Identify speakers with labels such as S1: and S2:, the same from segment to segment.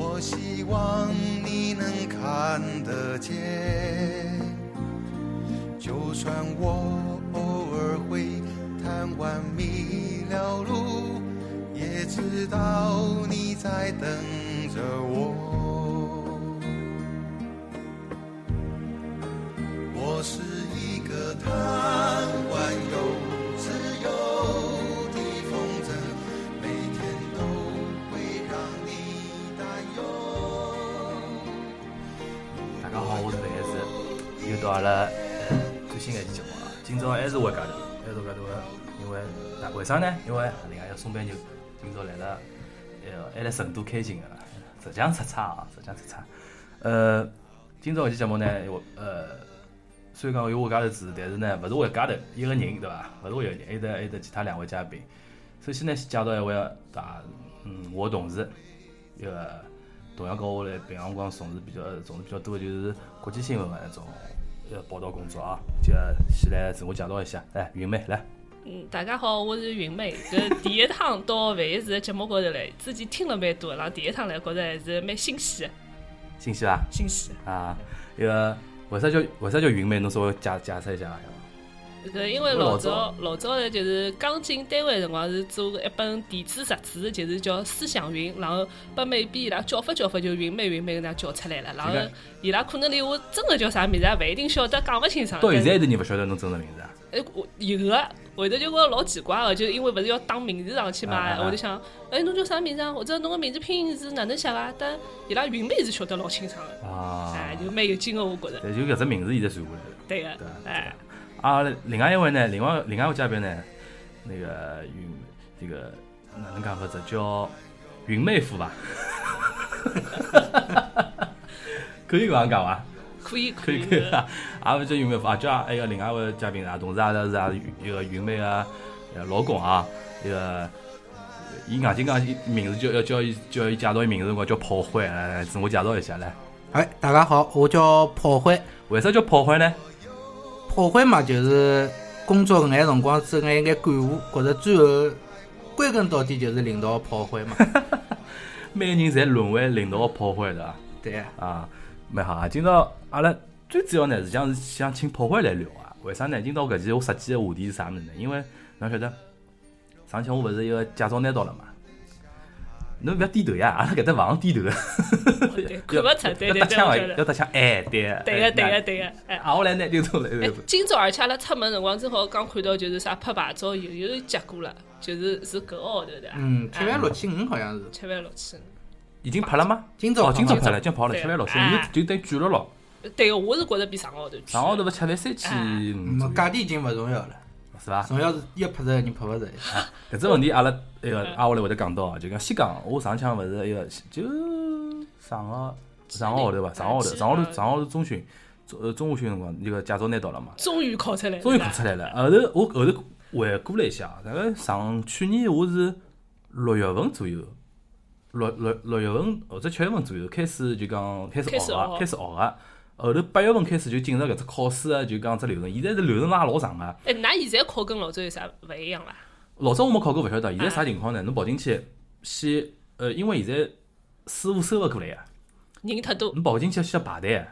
S1: 我希望你能看得见。就算我偶尔会贪玩迷了路，也知道你在等着我。我是一个贪玩又自由的风筝，每天都会让你担忧。
S2: 大家好，我是范子，又到阿 拉最新的一期节目了。今朝还是我一家头，还是我一家头的，因为那为啥呢？因为阿拉家有松板牛今朝来了，呃，还来成都开琴啊，浙江出差啊，浙江出差。呃，今朝搿期节目呢，我呃，虽然讲有我一家头主，但是呢，勿是我一家头一个人，对伐？勿是我一个人，还有得还有得其他两位嘉宾。首先呢，先介绍一位大，嗯，我同事，一个同样跟我来平常辰光从事比较呃从事比较多的就是国际新闻的那种呃报道工作啊，就先来自我介绍一下，来云妹来，
S3: 嗯，大家好，我是云妹。 搿第一趟到万一市的节目高头来，之前听了蛮多，然后第一趟来觉着还是蛮新鲜的，
S2: 信息伐？
S3: 新鲜。
S2: 啊，一个为啥叫为啥叫云妹？侬稍微解解释一下伐？
S3: 搿因为老早老早呢，就是刚进单位的辰光是做一本电子杂志，就是叫《思想云》，然后把每边伊拉叫法叫法就云妹云妹搿能叫出来了，然后
S2: 这个
S3: 伊拉可能连我真的叫啥名字也勿一定晓得，讲勿清爽。
S2: 到现
S3: 但是
S2: 在有的人勿晓得侬真实名字啊？
S3: 哎，我有个，会得就觉得老奇怪个，就因为勿是要打名字上去
S2: 啊
S3: 嘛，
S2: 啊啊
S3: 我就想，哎，侬叫啥名字啊？或者侬个名字拼音是哪能写啊？但伊拉云妹是晓得老清爽个，
S2: 啊，
S3: 哎，就蛮有劲个，我觉着，
S2: 但就搿只名字现在传过来了。
S3: 对个
S2: 对啊，
S3: 哎，
S2: 啊，另外一位呢，另外另外一位嘉宾呢，那个云这个哪能讲法子叫云妹夫吧？ 可以搿样讲伐？
S3: 可以
S2: 可
S3: 可
S2: 以
S3: 以
S2: 可 以，
S3: 的，
S2: 啊，勿叫云妹夫，啊叫啊还有另外一位嘉宾啊，同时阿拉是啊一个云妹啊，呃老公啊，一个。伊硬劲讲伊名字叫要叫伊叫伊介绍伊名字辰光叫炮灰，来来自我介绍一下来。
S4: 哎，大家好，我叫炮灰。
S2: 为啥叫炮灰呢？
S4: 炮灰嘛，就是工作搿眼辰光做眼眼感悟，觉着最后归根到底就是领导的炮 灰嘛。
S2: 每个人侪沦为领导的炮灰对伐？
S4: 对呀、
S2: 啊，蛮好啊！今朝阿拉最主要呢是想是想请炮灰来聊啊。为啥呢？今朝搿期我设计个话题是啥物事呢？因为侬晓得，上期我勿是一个驾照拿到了嘛？侬勿要低头呀！阿拉搿搭勿行低 头，
S3: 对，看勿出，对
S2: 要
S3: 对
S2: 搭
S3: 对，
S2: 腔
S3: 我
S2: 而
S3: 晓
S2: 已，要
S3: 得，
S2: 搭腔。哎，对，
S3: 对
S2: 哎
S3: 个对
S2: 那
S3: 个对个，哎。
S2: 啊，我来拿溜走了，
S3: 哎
S2: 溜走，
S3: 今朝而且阿拉出门辰光正好刚看到，就是啥拍牌照又又结果了，就是是搿个号头的，
S4: 嗯，七万六千五好像是。
S3: 七万六千。
S2: 已经拍了吗？
S4: 今朝
S2: 哦，今朝
S4: 拍
S2: 拍了，今朝拍了，
S3: 对
S2: 七万六千，
S3: 哎
S2: 就就等于卷了咯。
S3: 对个，我是觉着比上个号头贵。
S2: 上号头勿七万三千五左
S4: 没
S2: 右，
S4: 价钿已经勿重要了，
S3: 哎
S2: 是伐？
S4: 重要是一拍着人拍勿着。
S2: 搿只问题阿拉那
S3: 嗯
S2: 个挨下来会得讲到啊，就讲先讲，我上腔勿是一个就上个上个号
S3: 嗯
S2: 头吧，上个号头，上个号头，上个号头中旬，中呃中下旬辰光，那个驾照拿到了嘛，
S3: 终于考出来了，
S2: 终于
S3: 对
S2: 考
S3: 吧
S2: 出来了。后头我后头回顾了一下啊，大概上去年我是六月份左右，六六六月份或者七月份左右开始就讲开始
S3: 开始
S2: 学个，
S3: 学
S2: 开始学个。后头八月份开始就进入搿只考试啊，就讲只流程。现在这流程拉老长啊个、
S3: 哎，㑚现在考跟老早有啥勿一样啦？
S2: 老早我没考过，勿晓得
S3: 啊
S2: 现在啥情况呢？侬跑进去，先呃，因为现在师傅收勿过来呀，
S3: 人太多，
S2: 侬跑进去先要排队，啊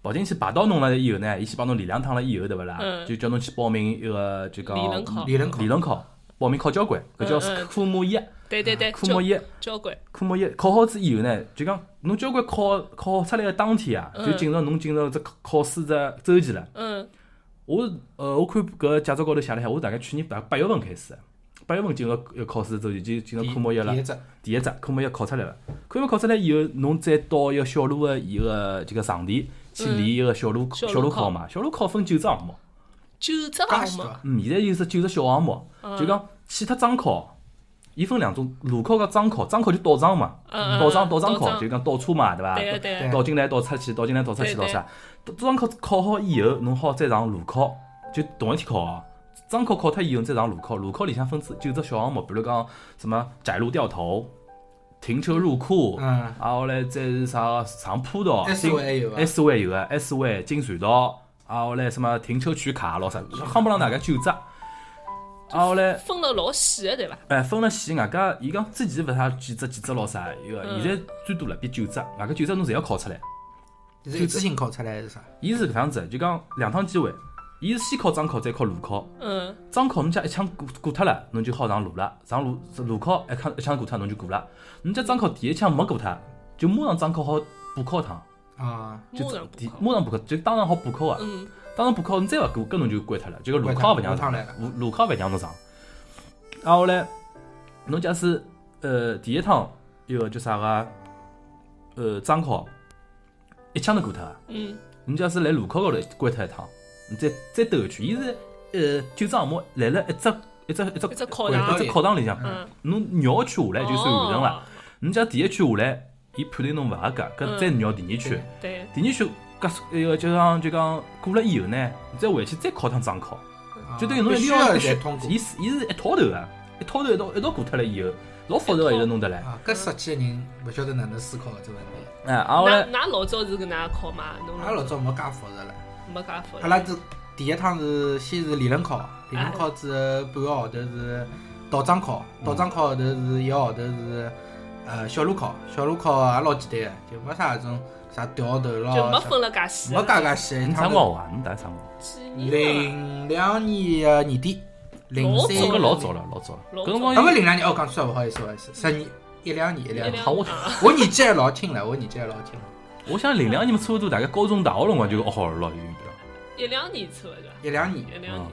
S2: 跑进去排到侬了以后呢，伊先帮侬练两趟了以后，对勿啦？
S3: 嗯
S2: 就叫侬去报名一个就讲
S3: 理论考
S4: 理论考
S2: 理论考，报名考交关，搿叫
S3: 嗯嗯
S2: 科目一，
S3: 对对对，
S2: 啊科目
S3: 交
S2: 一。
S3: 交关，
S2: 科目一考好之以后呢，就讲侬交关考考出来个当天啊，就
S3: 嗯
S2: 进入侬进入只考考试只周期了。
S3: 嗯，
S2: 我呃，我看搿驾照高头写了一下，我大概去年大概八月份开始，八月份进入呃考试周期，就进入科目一了
S4: 第一。只，
S2: 第一只科目要考出来了，科目考出来以后，侬再到一个小路的一个这个场地去
S3: 嗯
S2: 练一个小路
S3: 小路
S2: 小路
S3: 考
S2: 考嘛。小路考分九只项目，嗯
S3: 九只
S4: 介
S3: 项
S4: 许
S3: 目，
S4: 多啊。
S3: 嗯
S2: 嗯，现在有是九只小项目，就讲其他张考，伊分两种，路口和桩口，桩口就倒桩嘛，
S3: 嗯
S2: 倒桩倒桩
S3: 倒
S2: 口
S3: 桩
S2: 就讲倒车嘛，对伐？
S3: 啊对个对个，
S2: 倒进来倒出去，倒进来倒出去，
S3: 对
S2: 倒
S3: 对
S2: 啥？倒桩口烤好以后，侬好再上炉烤，就同一天烤哦。桩口烤脱以后，再上炉烤，炉烤里向分子就只小项目，比如讲什么窄路掉头、停车入库，
S4: 嗯
S2: 啊，后来再是啥上坡道、
S4: ，S 位还有啊伐？
S2: S 弯有个 S 弯进船道，啊，后来什么停车取卡咯啥，夯不啷大概九只。啊，后来
S3: 分了老细个对伐？
S2: 哎，分了细，外加伊讲之前勿是啥几只几只咯啥，有个
S3: 嗯
S2: 现在最多了变九只，外加九只侬侪要考出来。
S4: 是一次性考出来还是啥？
S2: 伊是搿样子，就讲两趟机会，伊是先考桩考，再考路考。
S3: 嗯，
S2: 桩考侬家一枪过过脱了，侬就好上路了；上路路考一枪一枪过脱，侬就过了。侬家桩考第一枪没过脱，就马上桩考好补考一趟，
S4: 啊，
S2: 就
S3: 马上
S2: 第
S3: 补考。
S2: 马上补考，就当场好补考啊。
S3: 嗯，
S2: 当然补考侬再勿过，搿侬就关脱了，就搿路考勿让上
S4: 关脱了，
S2: 路路考勿让侬上。啊，后来侬假使呃第一趟有个叫啥个呃桩考，一枪头过脱啊，
S3: 嗯，
S2: 侬假使来路考高头关脱一趟，侬再再兜一圈，伊是呃九只项目来了一只一只一只
S3: 一只考
S4: 回
S3: 场
S4: 到，
S2: 一只考场里向，
S3: 嗯，
S2: 侬绕一圈下来就算完成了。
S3: 哦。
S2: 侬假第一圈下来，伊判定侬勿合格，搿
S3: 嗯
S2: 再绕第二圈。
S3: 对，
S2: 第二圈，搿一个就讲就讲过了以后呢，你再回去再考趟桩考，就等于侬一定
S4: 啊必须
S2: 要
S4: 要
S2: 必须
S4: 再通过
S2: 伊。是伊是一套头个，一套头一道一道过脱了以后，老复杂个
S3: 一套
S2: 现在弄得来。
S4: 啊，搿设计个人勿晓得哪能思考搿只问题。
S2: 哎，啊后
S3: 那
S2: 来
S3: 那老早是搿能样考嘛？侬
S4: 阿拉老早没介复杂了，
S3: 没介复杂。
S4: 阿拉是第一趟是先是理论考，理论考之后半个号头是倒桩考，
S2: 嗯
S4: 倒桩考后头是一个号头是呃小路考，小路考也老简单个，就没啥搿种啥掉头咯，
S3: 就没啊
S4: 啥
S3: 分了介细。
S4: 没介介细。
S2: 侬啥辰
S4: 一趟
S2: 光学啊？侬大概啥辰光？
S3: 几年了
S4: 零两年个年底，零
S3: 老早
S4: 三
S2: 搿
S3: 了
S2: 老早了，老早了。
S3: 老
S2: 搿
S3: 早
S2: 辰
S4: 啊，勿
S2: 光
S4: 零两年，哦，讲错了，勿好意思，勿好意思，十年一两年，一两
S3: 一
S4: 年，
S3: 两
S2: 好我
S3: 啊
S4: 我年纪还老轻了，我年纪还老轻了，
S2: 我想零两年嘛，差勿多大概高中、大学辰光就学好了咯，已经比较。
S3: 一两年出来伐？
S4: 一两年，
S2: 嗯
S3: 一两年。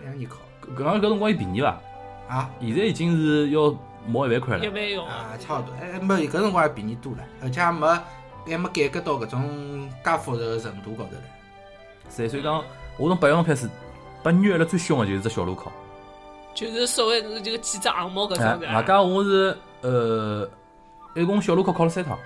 S4: 一两年考
S2: 搿搿样搿辰光伊便宜伐？
S4: 啊
S2: 现在已经是要毛一万块
S3: 一
S2: 了。
S3: 万用
S4: 啊，差勿多，哎，没搿辰光还便宜多了，而且还没还没改革到搿种介复杂个程度高头来。
S2: 所以所以讲，我从八月份开始，把虐了最凶个就是只小路考。
S3: 就是所谓的就几只项目搿
S2: 哎，
S3: 种的
S2: 外
S3: 啊。
S2: 加我是呃，一共小路考考了三趟，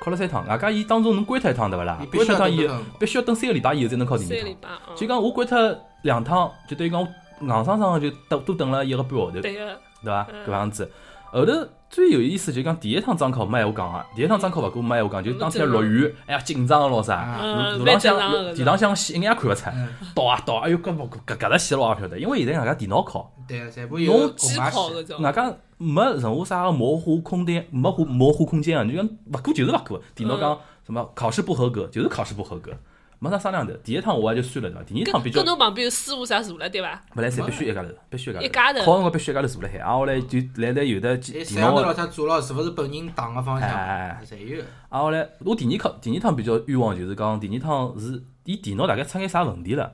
S2: 考了三趟。外加伊当中侬关脱一趟对勿啦
S4: 你？必
S2: 关
S4: 须
S2: 脱
S4: 要
S2: 一趟
S4: 等
S2: 以后，
S4: 多少辰光
S2: 必须要等三个礼拜以后才能考第
S3: 三
S2: 二
S3: 个礼
S2: 趟。
S3: 拜，嗯
S2: 就讲我关脱两趟，就等于讲我硬生生就等多等了一个半号头，对
S3: 对个，
S2: 伐？
S3: 嗯
S2: 搿样子。后头最有意思就讲第一趟桩考没闲话讲啊，第一趟桩考勿过没闲话讲，就当天落雨，哎呀紧张咯啥。
S4: 啊，
S3: 嗯，
S2: 路
S3: 蛮
S2: 浪
S3: 正
S2: 向
S3: 常的
S2: 地
S3: 搿
S2: 浪
S3: 种。
S2: 向线一眼也看勿出，
S4: 嗯，
S2: 倒啊倒啊，哎呦搿勿搿搿只线老也勿晓得，因为现在外加电脑考，
S4: 对个，哎全部有
S2: 侬
S4: 红
S3: 机
S4: 外
S3: 考
S4: 线
S3: 搿种。
S2: 外加没任何啥个模糊空间，没糊模糊空间啊！你讲勿过就是勿过，电脑
S3: 嗯
S2: 讲什么考试不合格，就是考试不合格，没啥商量的。第一趟我也就算了对伐？第二趟比较
S3: 搿侬旁边有师傅啥坐了对伐？
S2: 勿来三，必须一家头，必须一家头。
S3: 一家头
S2: 考辰光必须一家头坐辣海，啊后来就来来有的
S4: 哎，
S2: 电
S4: 摄像
S2: 脑
S4: 头
S2: 个，
S4: 老早做了，是勿是本人打个方向？
S2: 哎哎哎
S4: 侪有。
S2: 啊后来我第二考第二趟比较冤枉，就是讲第二趟是伊电脑大概出眼啥问题了，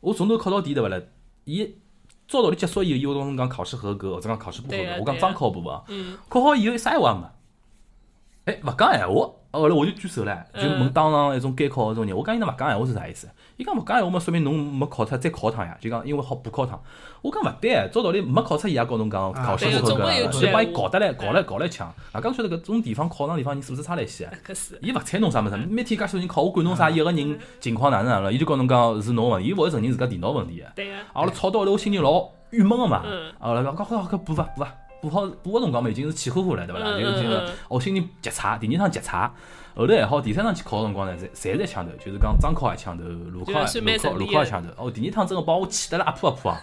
S2: 我从头考到底对勿啦？伊照道理结束以后，伊会跟侬讲考试合格，或者讲考试不合
S3: 对啊
S2: 格，我讲
S3: 对啊
S2: 桩考不啊？
S3: 嗯，
S2: 考好以后啥闲话也没，哎，勿讲闲话，后来我就举手了，
S4: 嗯
S2: 就问当场一种监考的种人，我讲伊那勿讲闲话是啥意思？伊讲勿讲闲话嘛，说明侬没考出，再考一趟呀，就讲因为好补考一趟。我讲勿对，照道理没考出伊也告侬讲
S4: 啊
S2: 考试
S4: 对
S2: 不合
S4: 总
S2: 格
S4: 归有嗯
S2: 啊，
S4: 句
S2: 就帮伊
S3: 闲话
S2: 搞得来搞来
S3: 哎
S2: 搞来抢。啊，刚晓得搿种地方考场地方人素质差了一些。
S3: 搿是。
S2: 伊勿睬侬啥物事，每天介许多人考，我管侬啥
S4: 嗯
S2: 一个人情况哪能哪能了，伊就告侬讲是侬问题，伊勿会承认自家电脑问题个。
S3: 对个，
S2: 阿拉吵到后头，我心情老郁闷个嘛
S3: 嗯。
S2: 阿拉讲，快快快补伐补伐，补好补个辰光嘛，已经是气呼呼了，对勿啦？
S3: 嗯
S2: 就已经
S3: 嗯嗯
S2: 哦心情极差，第二趟极差，后头还好，第三趟去考个辰光呢，侪侪是一枪头，就是讲张考一枪头，路考
S3: 就算蛮
S2: 路考
S3: 顺利
S2: 路
S3: 的
S2: 考一枪头。哦，第二趟真个把我气得了阿扑阿扑啊！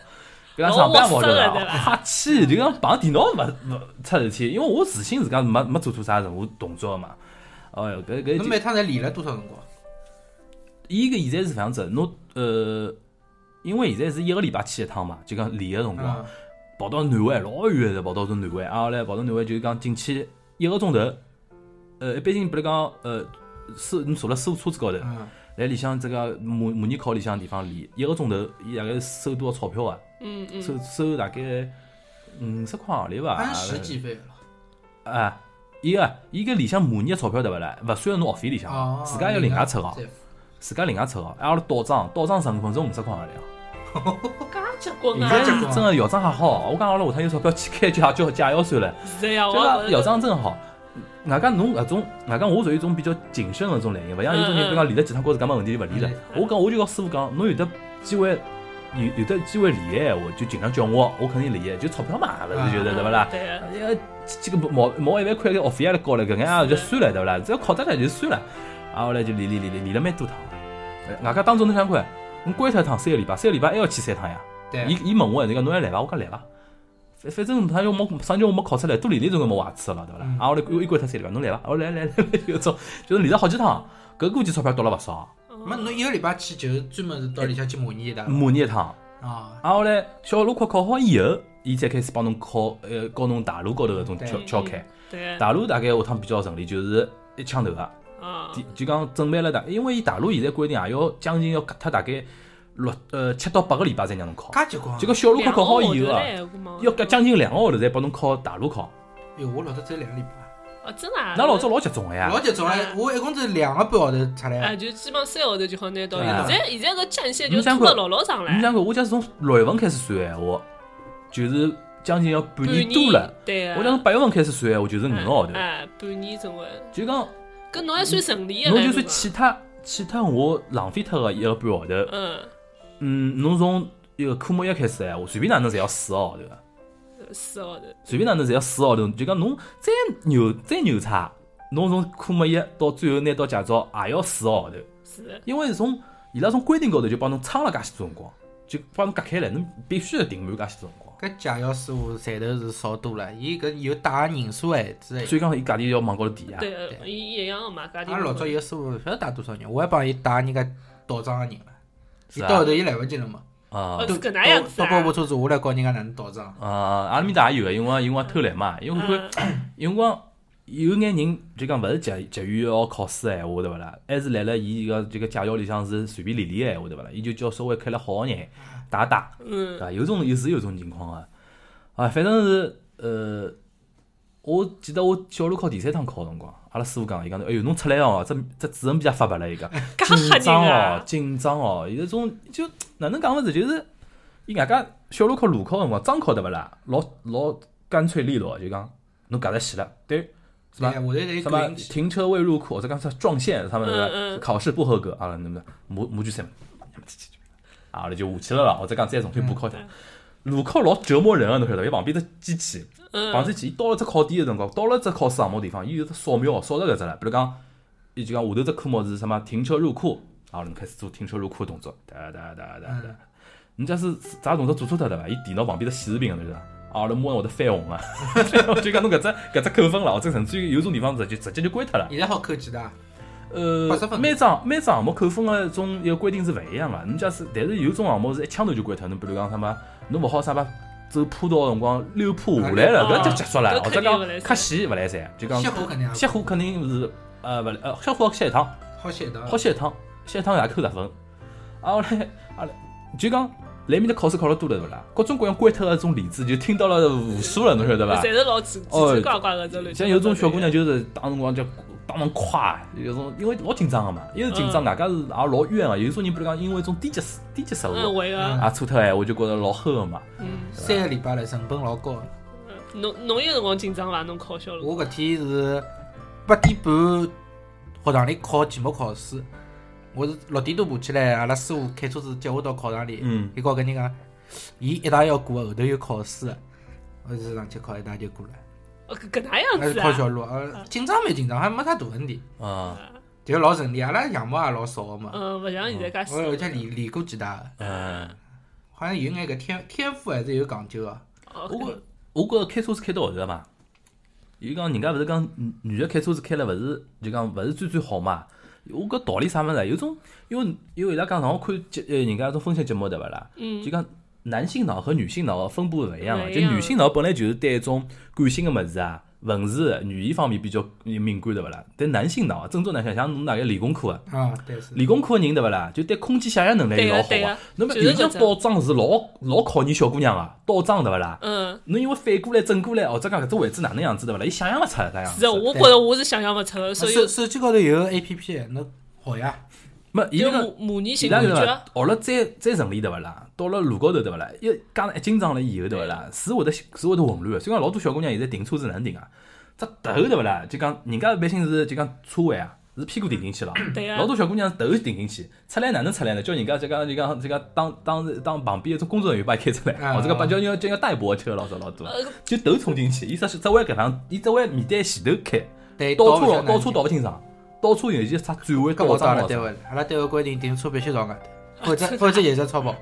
S2: 别讲上
S3: 老
S2: 班
S3: 窝
S2: 勿
S3: 塞
S2: 晓得
S3: 了对
S2: 啊，
S3: 伐
S2: 哈气，就讲碰电脑勿勿出事体，因为我自信自家没没做出啥任何动作嘛。哎哟，搿搿已
S4: 侬
S2: 经
S4: 每趟侪练了多少辰光？
S2: 伊搿现在是搿样子，侬呃，因为现在是一个礼拜去一趟嘛，就讲练个辰光。
S4: 嗯，
S2: 跑到南湾老远的，跑到种南湾，啊，后来跑到南湾就是讲进去一个钟头，呃，一般性比如讲，呃，四你坐辣四部车子高头，
S4: 嗯，
S2: 来里向这个模模拟考里向地方练一个钟头，伊大概收多少钞票啊？
S3: 嗯嗯，
S2: 收收大概五十块行钿伐？
S4: 好像啊十几倍了。
S2: 啊，伊个伊搿里向模拟个钞票对勿啦？勿算侬学费里向
S4: 哦
S2: 哦，，自家要另外出哦
S4: 再付
S2: 自家另外出哦。啊阿拉倒账，倒账十五分钟五十块行钿啊。
S3: 介结棍
S2: 现在
S3: 啊！
S2: 是真的校长还好，我讲阿拉下趟有钞票去开驾校驾校算了。
S3: 是的呀，
S2: 啊就
S3: 我
S2: 讲校长真好。外加侬搿种，外加我属于一种比较谨慎的搿种类型，勿像有种人，比如讲练了几趟觉着搿没问题就勿练了。我讲我就告师傅讲，侬有得机会，有有得机会练闲话，就尽量叫我，我肯定练。就钞票嘛，勿是就是对勿啦？
S3: 对啊，
S2: 呃，这个毛毛一万块个学费也是高了，搿眼也就算了，对勿啦？只要考得来就算了。啊，后来就练练练练练了蛮多趟。哎外加当中侬想看，侬关脱一趟三个礼拜，三个礼拜还要去三趟呀。伊
S4: 对，啊
S2: 伊问我，伊讲侬还来伐？我讲来伐。反反正他要没啥叫我没考出来，多练练总归没坏处了，对伐啦
S4: 嗯？
S2: 啊，我来又一关脱三礼拜，侬来啊伐？我来来来 来，就种就是练了好几趟，搿估计钞票到了勿少，
S3: 嗯
S4: 没侬一个礼拜去就是专门是到里向去模拟一的
S2: 模拟一趟。
S4: 啊，
S2: 啊，后来小路考考好以后，伊才开始帮侬考，呃，教侬大路高头搿种
S4: 对
S2: 撬撬开。
S3: 对啊，
S2: 大陆大概下趟比较顺利，就是一枪头啊，
S3: 啊
S2: 第，就讲准备了大，因为伊大陆现在规定也啊要将近要隔脱大概六呃七到八个礼拜才让侬考，
S4: 介结棍啊！
S2: 结果小路考
S3: 两
S2: 考好
S3: 个
S2: 以后
S3: 号头
S2: 啊，
S3: 嘞我忘
S2: 要
S3: 了
S2: 隔将近两个号头才帮侬考大陆考，
S4: 哟，我老早只有两个礼拜，
S3: 哦，真的啊，
S2: 那老早老集中个呀
S4: 老，结棍了，我一共只有两个半号头出
S3: 啊，
S4: 来，
S3: 就基本上三个号头就好拿到
S2: 哎对啊
S3: 了。现在现在个战线
S2: 你
S3: 就
S2: 想
S3: 拖
S2: 看
S3: 得老老长了，
S2: 你想看，我假使从六月份开始算闲话，就是将近要半
S3: 半
S2: 年多了。，
S3: 对啊，
S2: 我假使八月份开始算闲话，就是五个号头，
S3: 哎，半年总归，
S2: 就讲
S3: 跟侬还算顺利的
S2: 嗯侬
S3: 嘞，
S2: 就算
S3: 对伐
S2: 其他其他我浪费脱个一个半号头，
S3: 嗯，
S2: 嗯，侬从一个科目一开始闲话，随便哪能侪要四个号头个。啊
S3: 四个号头，
S2: 随便哪能侪要四个号头，就讲侬再牛再牛叉，侬从科目一到最后拿到驾照也要四个号头，
S3: 是的，
S2: 因为是从伊拉从规定高头就帮侬撑了介许多辰光，就帮侬隔开来，侬必须得停满介许多辰光。
S4: 搿驾校师傅赚头是少多了，伊搿有带个人数限制的。
S2: 所以讲伊价钿要往高头提啊，
S3: 对啊，
S4: 对
S3: 伊一样的嘛，家庭
S4: 阿拉老早有
S3: 也
S4: 个师傅勿晓得带多少人，我还帮伊带人家倒账个人了，伊
S2: 是
S4: 到后
S2: 啊
S4: 头伊来勿及了嘛，
S2: 啊
S3: 哦
S4: 都
S3: 是搿能样子
S4: 倒
S3: 啊
S4: 包部车子，我来教人家哪能倒账。
S2: 啊，阿拉面搭也有个，因为因为偷懒嘛，
S3: 嗯
S2: 因为看有辰光有眼人就讲勿是急急于要考试个闲话对勿啦？还是来了伊个这个驾校里向是随便练练个闲话对勿啦？伊就叫稍微开了好个人打打。
S3: 嗯，
S2: 对伐？有种也是有种情况啊，啊，反正是呃，我记得我小路考第三趟考的辰光，阿拉师傅讲，伊讲，哎哟，侬出来哦，这这主任比较发白了，伊讲，
S3: 介
S2: 紧
S3: 吓人
S2: 张哦
S3: 啊，，
S2: 紧张哦，有种就哪能讲法子，就是伊外加小路考、路考的辰光，张考对勿啦？老老干脆利落，就讲侬搿搭死了，对，是吧
S4: 哎？我这里
S2: 什么
S4: 管
S2: 停车未入库，这刚才撞线，他们
S3: 嗯
S2: 的
S3: 嗯
S2: 考试不合格啊，那么模模具三门，啊，我就下去了啦，我再讲再重新补考一趟。路考老折磨人啊，侬晓得伐？伊旁边只机器，
S3: 嗯
S2: 旁边机器，伊到了只考点的辰光，到了只考试项目地方，伊有只扫描，扫着搿只了。比如讲，伊就讲下头只科目是什么？停车入库，啊，侬开始做停车入库的动作，哒哒哒哒哒
S4: 嗯。
S2: 你假是啥动作做错脱对伐？伊电脑旁边只显示屏侬晓得伐？啊，阿拉马上会得翻红啊！ 就讲侬搿只搿只扣分了，或者甚至于有种地方直接直接就关脱了。
S4: 现在好扣几的？啊
S2: 呃
S4: 80，分
S2: 每张每张项目扣分个种一个规定是勿一样个。侬假使，但是有种项目是一枪头就关脱，侬比如讲什么，侬勿好啥吧，走坡道个辰光溜坡下来了，搿
S3: 啊
S2: 就结束了。
S3: 搿
S2: 或
S3: 肯
S2: 者
S3: 定
S2: 讲
S3: 勿来
S2: 磕线勿来三，就讲
S4: 歇火肯定也
S2: 歇火肯定是呃勿来，呃歇火要歇一趟，
S4: 好写的。啊
S2: 好歇一趟，歇一趟也扣十分。啊后来啊来，就讲来面的考试考了多了对勿啦？各种各样关脱个种例子就听到了无数了，侬晓得伐？
S3: 侪是老奇奇
S2: 哦
S3: 奇怪怪个这类。
S2: 像有种小姑娘，就是当辰光就当场夸，有种因为老紧张个嘛，一是紧张，外加是也老冤个。有种人比如讲因为种低级失低级失啊
S3: 嗯，
S2: 误
S3: 会个，
S2: 也错脱闲话，哎就觉着老齁个嘛。
S3: 嗯，
S4: 三个礼拜了，成本老高。啊
S3: 嗯侬侬有辰光紧张伐？侬考小了，
S4: 我搿天是八点半学堂里考期末考试，我是六点多爬起来，阿拉师傅开车子接我到考场里，
S2: 嗯
S4: 伊告搿人讲，伊一大要过，后头有考试，我是上去考一大就过了，
S3: 哦搿搿哪样
S4: 还是
S3: 子
S4: 考小
S3: 啊？
S4: 路，呃，紧张没紧张，还没啥大问题，
S2: 啊
S4: 就老顺利，阿拉项目也老少个嘛，
S3: 嗯，勿像现在介
S2: 哦
S4: 我而
S3: 死。
S4: 且练练过几大个，
S2: 嗯，
S4: 好像有眼搿天天赋还是有讲究个，
S3: 哦
S2: 我觉我觉着开车是开到后头个嘛。伊讲人家勿是讲女女个开车子开了勿是就讲勿是最最好嘛。我搿道理啥物事啊？有种因为因为伊拉讲让我看节呃人家种分析节目对勿啦？
S3: 嗯
S2: 就，讲男性脑和女性脑分布勿一样
S3: 勿
S2: 个，
S3: 一
S2: 就
S3: 样
S2: 女性脑本来就是对一种感性个物事啊、文字、语言方面比较呃敏感，对勿啦？但男性脑啊，正宗男性像侬大概理工科个，
S4: 啊，对是，
S2: 理工科个人对勿啦？就对空气想象能力
S3: 对
S2: 老
S3: 个
S2: 好
S3: 对
S2: 个
S3: 个。
S2: 那么
S3: 就是
S2: 有像
S3: 搿只
S2: 倒装是老老考验小姑娘个，倒装对勿啦？
S3: 嗯，
S2: 侬因为反过来正过来，或者讲搿只位置哪能样子对勿啦？伊想象勿出搿样
S3: 是的，啊
S2: 子。
S3: 我觉着我是想象勿出个，所以
S4: 手手机高头有个 A P P，侬好呀，
S2: 没，伊
S3: 就
S2: 那个
S3: 模模拟
S2: 伊
S3: 刑
S2: 拉
S3: 判
S2: 对伐？
S3: 决，
S2: 学了再再顺利对勿啦？到了路高头对勿啦？一加上一紧张了以后对勿啦？是会得是会得混乱的。所以讲老多小姑娘现在停车是哪能停啊？只头对勿啦？就讲人家一般性是就讲车位啊，是屁股顶进去了。
S3: 对啊
S2: 老多小姑娘是头顶进去，出来哪能出来呢？叫人家就讲就讲就讲当当当旁边一种工作人员把伊开出来，
S4: 啊
S2: 或者讲把叫叫叫带驳车老早老多，
S3: 呃，
S2: 就头冲进去，伊只只会搿方，伊只会面对前头开，
S4: 对，
S2: 倒
S4: 勿
S2: 车
S4: 了
S2: 倒车倒勿清爽，倒车有些啥转弯
S4: 搿
S2: 倒
S4: 我到
S2: 桩
S4: 阿拉
S2: 老
S4: 单
S2: 啥，
S4: 位了，阿拉单位规定停车必须绕外 头，否则否则现在超跑，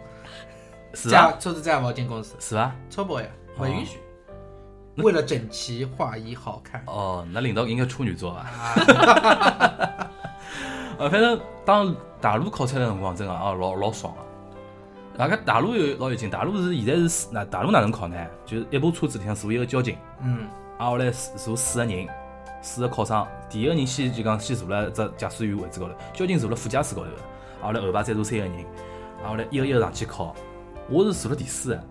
S2: 是啊伐？
S4: 驾车子再勿好进公司，
S2: 是伐？
S4: 超跑呀，勿
S2: 哦
S4: 允许。 为了整齐划一好看，
S2: 哦，那领导应该处女座吧？
S4: 啊
S2: 呃，反正当大陆考出来的辰光，真的啊，老老爽啊。那个大陆有老有劲，大陆是现在是四那大陆哪能考呢？就是一部车子里向坐一个交警，
S4: 嗯，
S2: 啊，后来坐坐四个人，四个考生，第一个人先就讲先坐了只驾驶员位置高头，交警坐了副驾驶高头，啊，后来后排再坐三个人，啊，后来一个一个上去考，我是坐了第四个。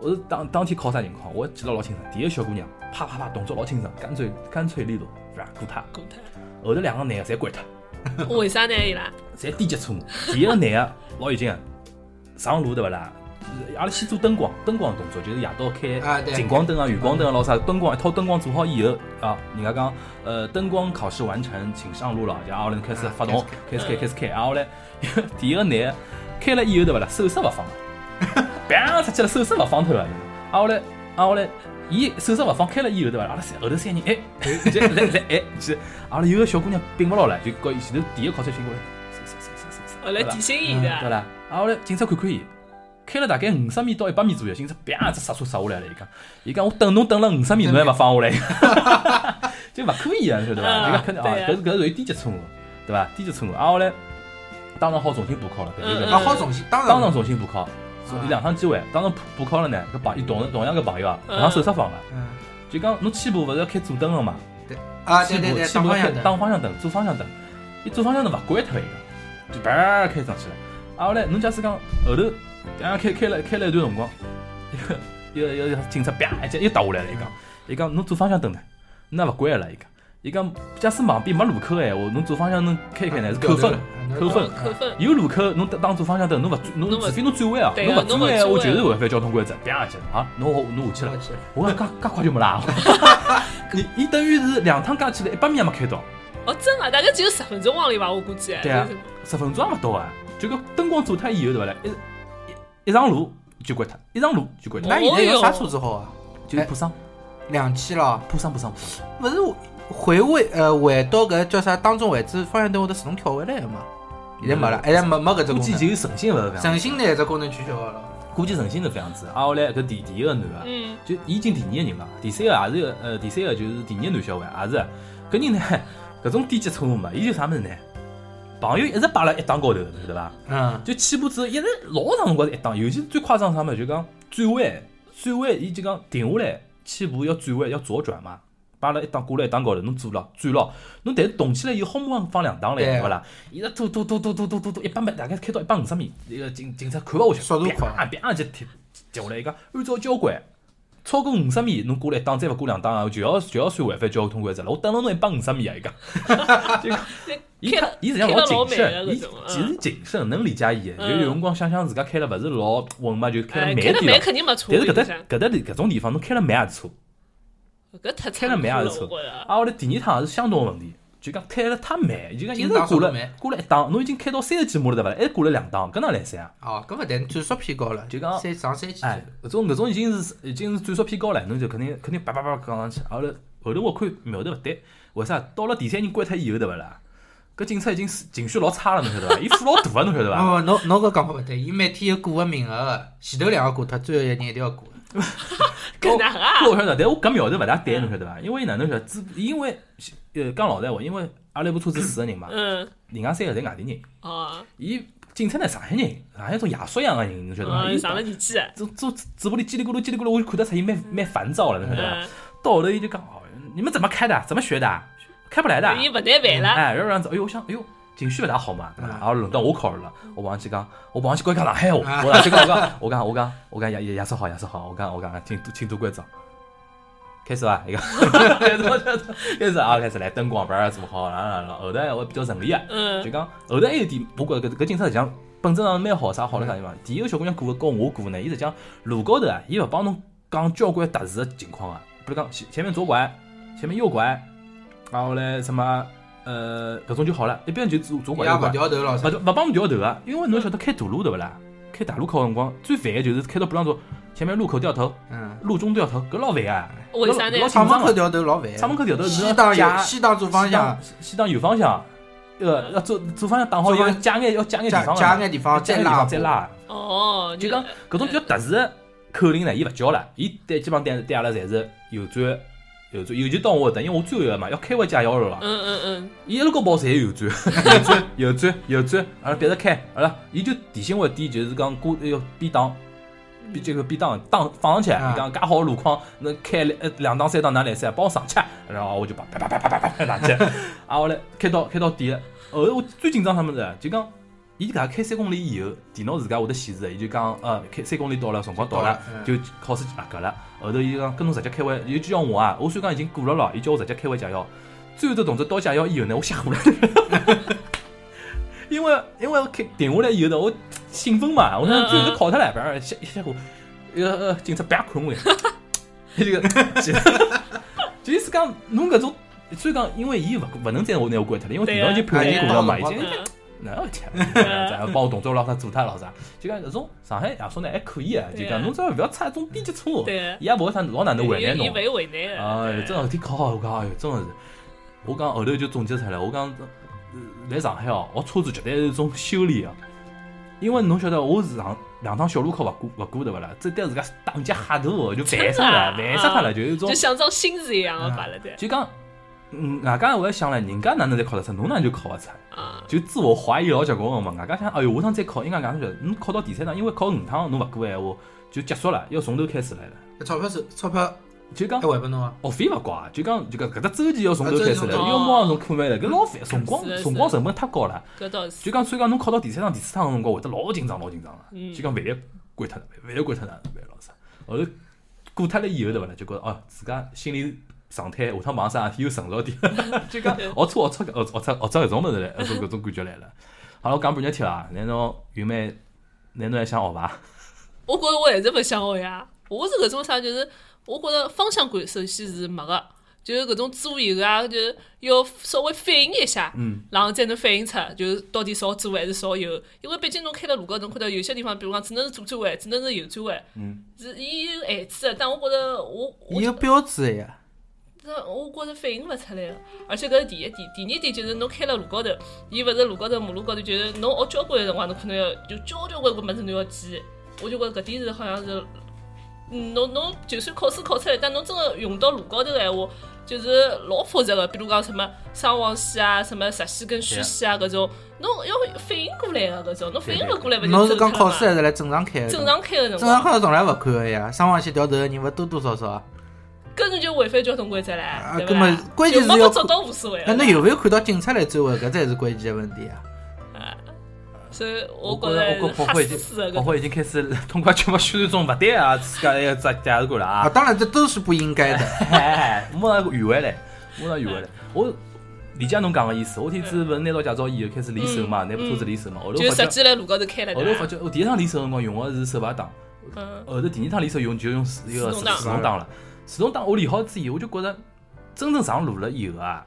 S2: 我是当当天考啥情况，我记得老清爽。第一个小姑娘，啪啪啪，动作老清爽，干脆干脆利落，是吧？过她。
S3: 管他。
S2: 后头两个男的侪掼她，
S3: 为啥呢？伊拉
S2: 侪低级错误。第一个男的老有劲啊，上路对勿啦？阿拉先做灯光，灯光动作就是夜到
S4: 啊
S2: 开
S4: 对
S2: 近光灯啊、远光灯啊，老啥灯光一套灯光做好以后啊，人家讲呃灯光考试完成，请上路了，就啊后来开始发动
S4: 啊，
S2: 开始开开始开，啊后来 第一个男的开了以后对勿啦，手刹勿放了。 砰出去了，手势勿放脱了。啊，后来，啊后来，伊手势勿放开了以后，对伐？阿拉三后头三人，哎， 就来来哎，就阿拉有个小姑娘并勿牢了，就告伊前头第一个考察群过来，手手手手手手，
S3: 后来提醒伊的
S2: 对
S3: 啊，
S2: 啦？啊后来警察看看伊，开了大概五十米到一百米左右，警察砰一只刹车刹下来了，伊讲，伊讲我等侬等了五十米，侬还勿放下来， 就勿可以啊，晓得伐？
S3: 啊
S2: 就讲肯定啊
S3: 对，啊
S2: 搿是搿是属于低级错误，对伐？低级错误。啊后来，当然好重新补考了，搿就
S3: 嗯啊
S2: 是
S3: 嗯
S4: 啊，好重新，当
S2: 呃当场
S4: 然，嗯
S2: 重新补考，有两趟机会，当场补补考了呢。搿朋友同同样个朋友啊，
S3: 嗯
S2: 搿趟手刹放了，
S4: 嗯，
S2: 就讲侬起步勿是要开左灯个嘛？
S4: 啊，
S2: 起
S4: 对
S2: 步
S4: 对对，
S2: 起
S4: 挡
S2: 步
S4: 方
S2: 要开
S4: 向灯，
S2: 挡方向灯，左方向灯，伊左方向灯勿关脱伊个，就叭开上去了。啊后来侬假使讲后头，啊开开了开了一段辰光， 一个一个一个警察啪一记又打下来了，伊讲伊讲侬左方向灯呢，那勿关了伊讲。伊讲，假使旁边没路口个闲话，侬左方向灯开开呢是扣分
S4: 啊，
S2: 扣分。
S3: 扣分。
S2: 有路口，侬当当左方向灯，侬勿转，
S3: 侬
S2: 侬
S3: 勿
S2: 除非侬转弯啊，
S3: 对啊
S2: 侬转弯，
S3: 侬
S2: 我
S3: 勿
S2: 就
S3: 转弯
S2: 是违反交通规则，啪一记，啊，侬好侬下去了。
S4: 去了，
S2: 我讲 介介快就没 啦，伊伊等于是两趟加起来一百米也没开到，
S3: 哦，真的，大概只有十分钟往里吧，我估计。
S2: 对啊
S3: 就是
S2: 十分钟也没到啊。就搿灯光做脱以后对勿啦？一一一上路就关脱，一上路就关脱，
S4: 那现在有啥车子好啊？
S2: 就是破伤
S4: 两气了，
S2: 破伤破伤破伤。
S4: 勿是回位呃环到搿叫啥当中位置方向灯会得自动跳回来个嘛？现在没了，现在没没搿只
S2: 嗯估
S4: 功
S2: 计就
S4: 能，
S2: 有诚信勿是搿样，
S4: 诚信呢只功能取消了，
S2: 估计诚信是搿样子。啊，后来搿第第一个男个，
S3: 嗯，
S2: 就已经第二个人了，第三个也是呃，第三个就是第二个男小孩，也是搿人呢， 搿种低级错误嘛，伊就啥物事呢？朋友一直摆辣一档高头，晓得伐？
S4: 嗯，
S2: 就起步之后一直老长辰光是一档，尤其是最夸张啥物事，就讲转弯，转弯伊就讲停下来，起步要转弯要左转嘛，摆辣一档过来一档高头，侬左了转了，侬但是动起来以后好马上放两档嘞，
S4: 对
S2: 对勿啦？伊直突突突突突突突突一百米，大概开到一百五十米，那个警警察看勿下去，
S4: 速度快
S2: 啪啪就踢踢下来，伊讲按照交规。超过五十米，侬过来一档，再勿过两档啊，就要就要算违反交通规则了。我等了侬一百五十米啊，伊讲。 就 讲伊
S3: 开
S2: 他
S3: 了
S2: 伊实际上
S3: 开
S2: 老
S3: 了
S2: 谨
S3: 老
S2: 慎，
S3: 慢的
S2: 伊
S3: 搿种嗯
S2: 其实谨慎能理解伊的。就有辰光想想自家开了勿是老稳嘛，就开了
S3: 哎，
S2: 慢
S3: 开
S2: 点
S3: 了慢
S2: 了。
S3: 肯定没错。
S2: 但是搿搭
S3: 我想
S2: 搿搭地搿种地方，侬开了慢也是错。
S3: 搿太
S2: 开了慢也是错
S3: 残酷了我觉得
S2: 啊，后来第二趟也是相同个问题，就讲开了太慢，就讲一直
S4: 进档
S2: 过
S4: 速度
S2: 了
S4: 慢
S2: 过了一档，侬已经开到三十几码了对伐？还过了两档，搿哪来三啊？
S4: 哦，搿勿对，转速偏高了，
S2: 就讲
S4: 三上三几，
S2: 哎，搿种搿种已经是已经是转速偏高了，侬就肯定肯定叭叭叭讲上去。啊后来后头我看苗头勿对，为啥？到了第三人关脱以后对勿啦？搿警察已经是情绪老差了，侬晓得伐？伊火老大个，侬晓得伐？
S4: 哦，侬侬搿讲法勿对，伊每天有过个名额个，前头两个过脱，最后一个人一定要过。
S3: 搿哪
S2: 我
S3: 啊？
S2: 我晓得，但我搿苗头勿大对，侬晓得伐？因为哪能晓得？只因为呃讲老实闲话，因为阿拉一部车子四个人嘛，
S3: 嗯，
S2: 另外三个侪外地人，
S3: 哦，
S2: 伊警察呢上海人，上海种爷叔一样个人，侬晓得伐？
S3: 嗯，
S2: 伊
S3: 上了年纪，
S2: 做做嘴巴里叽里咕噜叽里咕噜，我就看得出伊蛮蛮烦躁了，侬晓得伐？
S3: 嗯，
S2: 到后头伊就讲，哦，你们怎么开的？怎么学的？开不来的。
S3: 伊勿耐烦了，
S2: 哎，要不然子，哎呦，我想，哎呦，情绪勿大好嘛，对伐？
S4: 嗯
S2: 然后轮到我考试了，我帮去讲，我帮去讲讲上海话，我上去讲，我讲，我讲，我讲，我讲，爷爷爷叔好，爷叔好，我讲，我讲，请多请多关照。开始伐？一个， 开始啊，开始来灯光板做好，然后然后后头会比较顺利啊。就
S3: 嗯，
S2: 讲后头还有一点，我觉着搿搿警察实际上本质上蛮好，啥
S4: 嗯
S2: 好了啥地方？第一个小姑娘过个跟我过呢，伊实际上路高头啊，伊勿帮侬讲交关特殊的情况啊，比如讲前前面左拐，前面右拐，然后嘞什么呃搿种就好了，一般就左左拐
S4: 也
S2: 右
S4: 勿
S2: 拐，
S4: 掉头了，
S2: 勿勿帮侬调头啊，因为侬晓得开大路对勿啦？开大路口个辰光最烦个就是开到半浪头，前面路口掉头，
S4: 嗯，
S2: 路中掉头，搿老烦啊！
S3: 为啥呢
S2: 老老
S4: 厂
S2: 紧
S4: 门
S2: 张
S4: 口
S2: 啊！
S4: 掉头老烦，
S2: 厂门口调头是
S4: 哎西
S2: 要
S4: 当
S2: 加
S4: 右西当左方向，
S2: 西当，西当右方向，呃，要左左方向打好以后
S4: 左，方
S2: 加眼要加眼地
S4: 加
S2: 方啊
S4: 加眼地方
S2: 加
S4: 再
S2: 眼地方
S4: 拉
S2: 再，拉。
S3: 哦，
S2: 就讲搿种比较特殊的口令呢，伊勿叫了，伊对基本上对对阿拉侪是右转。右转，尤其到我搿搭，因为我最后一个嘛，要开回家要了
S3: 嗯
S2: 啦。
S3: 嗯嗯
S2: 伊一路高跑侪右 转，右转，右转，右转，阿拉别着开，阿拉伊就提醒我一点，就是讲过要避档，避这个避档档放上去，
S4: 啊
S2: 伊讲介好的路况，能开两呃两档三档哪来塞，帮我上去，然后我就把啪啪啪啪啪啪上去，啊我来开到开到底了，后头我最紧张啥物事啊，就讲。伊搿开三公里以后，电脑自家会得显示的，伊就讲，呃，开三公里到了，辰光到了，
S4: 就
S2: 就考试及格了。后头伊讲跟侬直接开回，伊就叫我啊，我虽然讲已经过了咯，伊叫我直接开回驾校。最后头动作到驾校以后呢，我吓唬了， 因为因为我开停下来以后呢，我兴奋嘛，我
S3: 嗯
S2: 想
S3: 嗯
S2: 最后头考脱了，反正吓吓唬，呃呃，警察不要看我呀， 这个，就是讲侬搿种。所以讲，因为伊勿勿能再我拿我关脱了，因为电脑已经判
S4: 对
S2: 定
S4: 啊
S2: 过了嘛，已
S4: 对啊
S2: 经
S3: 嗯嗯，
S2: 那我天， 咱帮我动作老啥做他老啥，就讲搿种上海夜宿呢还可以啊，就讲侬只要勿要出那种低级错误，伊
S3: 对，
S2: 也勿会啥老哪能为难
S3: 伊
S2: 侬
S3: 勿。会为难的，
S2: 哎哟，
S3: 对
S2: 这事体可好，我讲哎哟，真的是，我讲后头就总结出来，我讲呃来上海哦，学车子绝对是一种修炼啊。因为侬晓得，我是上两趟小路口勿过勿过对勿啦？这对自家打击吓大哦，就烦死了，烦死他了，就是一种
S3: 啊就像张心是一样的，罢了对，
S2: 就讲，嗯，外家我也想了，人家哪能侪考得出，侬哪能就考勿出？
S3: 啊，
S2: 就自我怀疑老结棍个嘛。外加想，哎哟，下趟再考，应该哪能晓得？侬考到第三趟，因为考五趟侬勿过闲话，就结束了，要从头开始来了。
S4: 钞票是钞票
S2: 就讲
S4: 还还拨侬啊，
S2: 学费勿高啊，就讲就讲搿只周期要从头开始来，嗯
S3: 啊
S2: 要马上从课慢了，搿老烦，辰光
S3: 是的
S2: 辰光成本太高了。
S3: 搿倒是
S2: 就，讲所以讲，侬考到第三趟、第四趟个辰光，会得老紧张，老紧张了。
S3: 嗯
S2: 就讲万一关脱了，万一关脱了，万一老啥？后头过脱了以后，对勿啦？就觉着哦，自家心理状态下趟忙啥事体又成熟点。就讲 学错学错学错学错搿种物事来，搿种搿种感觉来了。好了，我讲半日天啊，难道云妹，难道还想学伐？
S3: 我觉着我还是勿想学呀，我是搿种啥，就是我觉着方向感首先是没个，就是搿种做以后啊，就是要稍微反应一下，
S2: 嗯，
S3: 然后再能反映出就是到底少左还是少右，因为毕竟侬开到路高头，侬看到有些地方，比如讲只能是左转弯，只能是右转弯，
S2: 嗯，
S3: 是伊有限制的，但我觉着我我
S4: 伊有标志个呀，
S3: 这我觉着反映勿出来个，而且搿是第一点。第二点就是侬开辣路高头，伊勿是路高头、马路高头，就是侬学交关个辰光，侬可能要就交交关关物事侬要记。我就觉着搿点是好像是，嗯侬侬就算考试考出来，但侬真个用到路高头个闲话，就是老复杂个。比如讲什么上往线啊、什么直线跟虚线啊搿种，侬要反应过来个搿种，侬反应勿过来勿就
S4: 侬是
S3: 走
S4: 讲
S3: 脱
S4: 考
S3: 了
S4: 试
S3: 嘛
S4: 还是来正常开个？
S3: 正常开个辰
S4: 正
S3: 光，
S4: 常考试从来勿看个呀，上往线掉头个人勿多多少少啊。
S3: 搿侬就违反交通规则
S4: 啊
S3: 唻，
S4: 搿
S3: 对
S4: 么
S3: 伐？
S4: 关键
S3: 有
S4: 是
S3: 没
S4: 要哎
S3: 有做到无所谓了。
S4: 那侬有没有看到警察来追问？搿才是关键的问题啊！
S3: 哎所以我
S2: 我
S3: 觉
S2: 觉着，我
S3: 着
S2: 觉跑火已
S3: 吓
S2: 经
S3: 死的，
S2: 跑
S3: 搿
S2: 火已经开始通过节目宣传中勿对啊，自家要只价值观了啊
S4: 啊，。当然这都是不应该的。
S2: 哎，马上圆回来，马上圆回来。
S3: 嗯
S2: 我理解侬讲个意思。我天子勿是拿到驾照以后开始练手嘛，拿部车子练手嘛。后头
S3: 嗯就是
S2: 发
S3: 实
S2: 觉，
S3: 际来路高头开了
S2: 后头
S3: 的
S2: 发。觉，我第一趟练手辰光用个是手排档，
S3: 嗯，
S2: 后呃头第二趟练手用就用自一个
S3: 自
S2: 自
S3: 动挡
S2: 自动挡了。自动挡我练好之后，我就觉着真正上路了以后啊，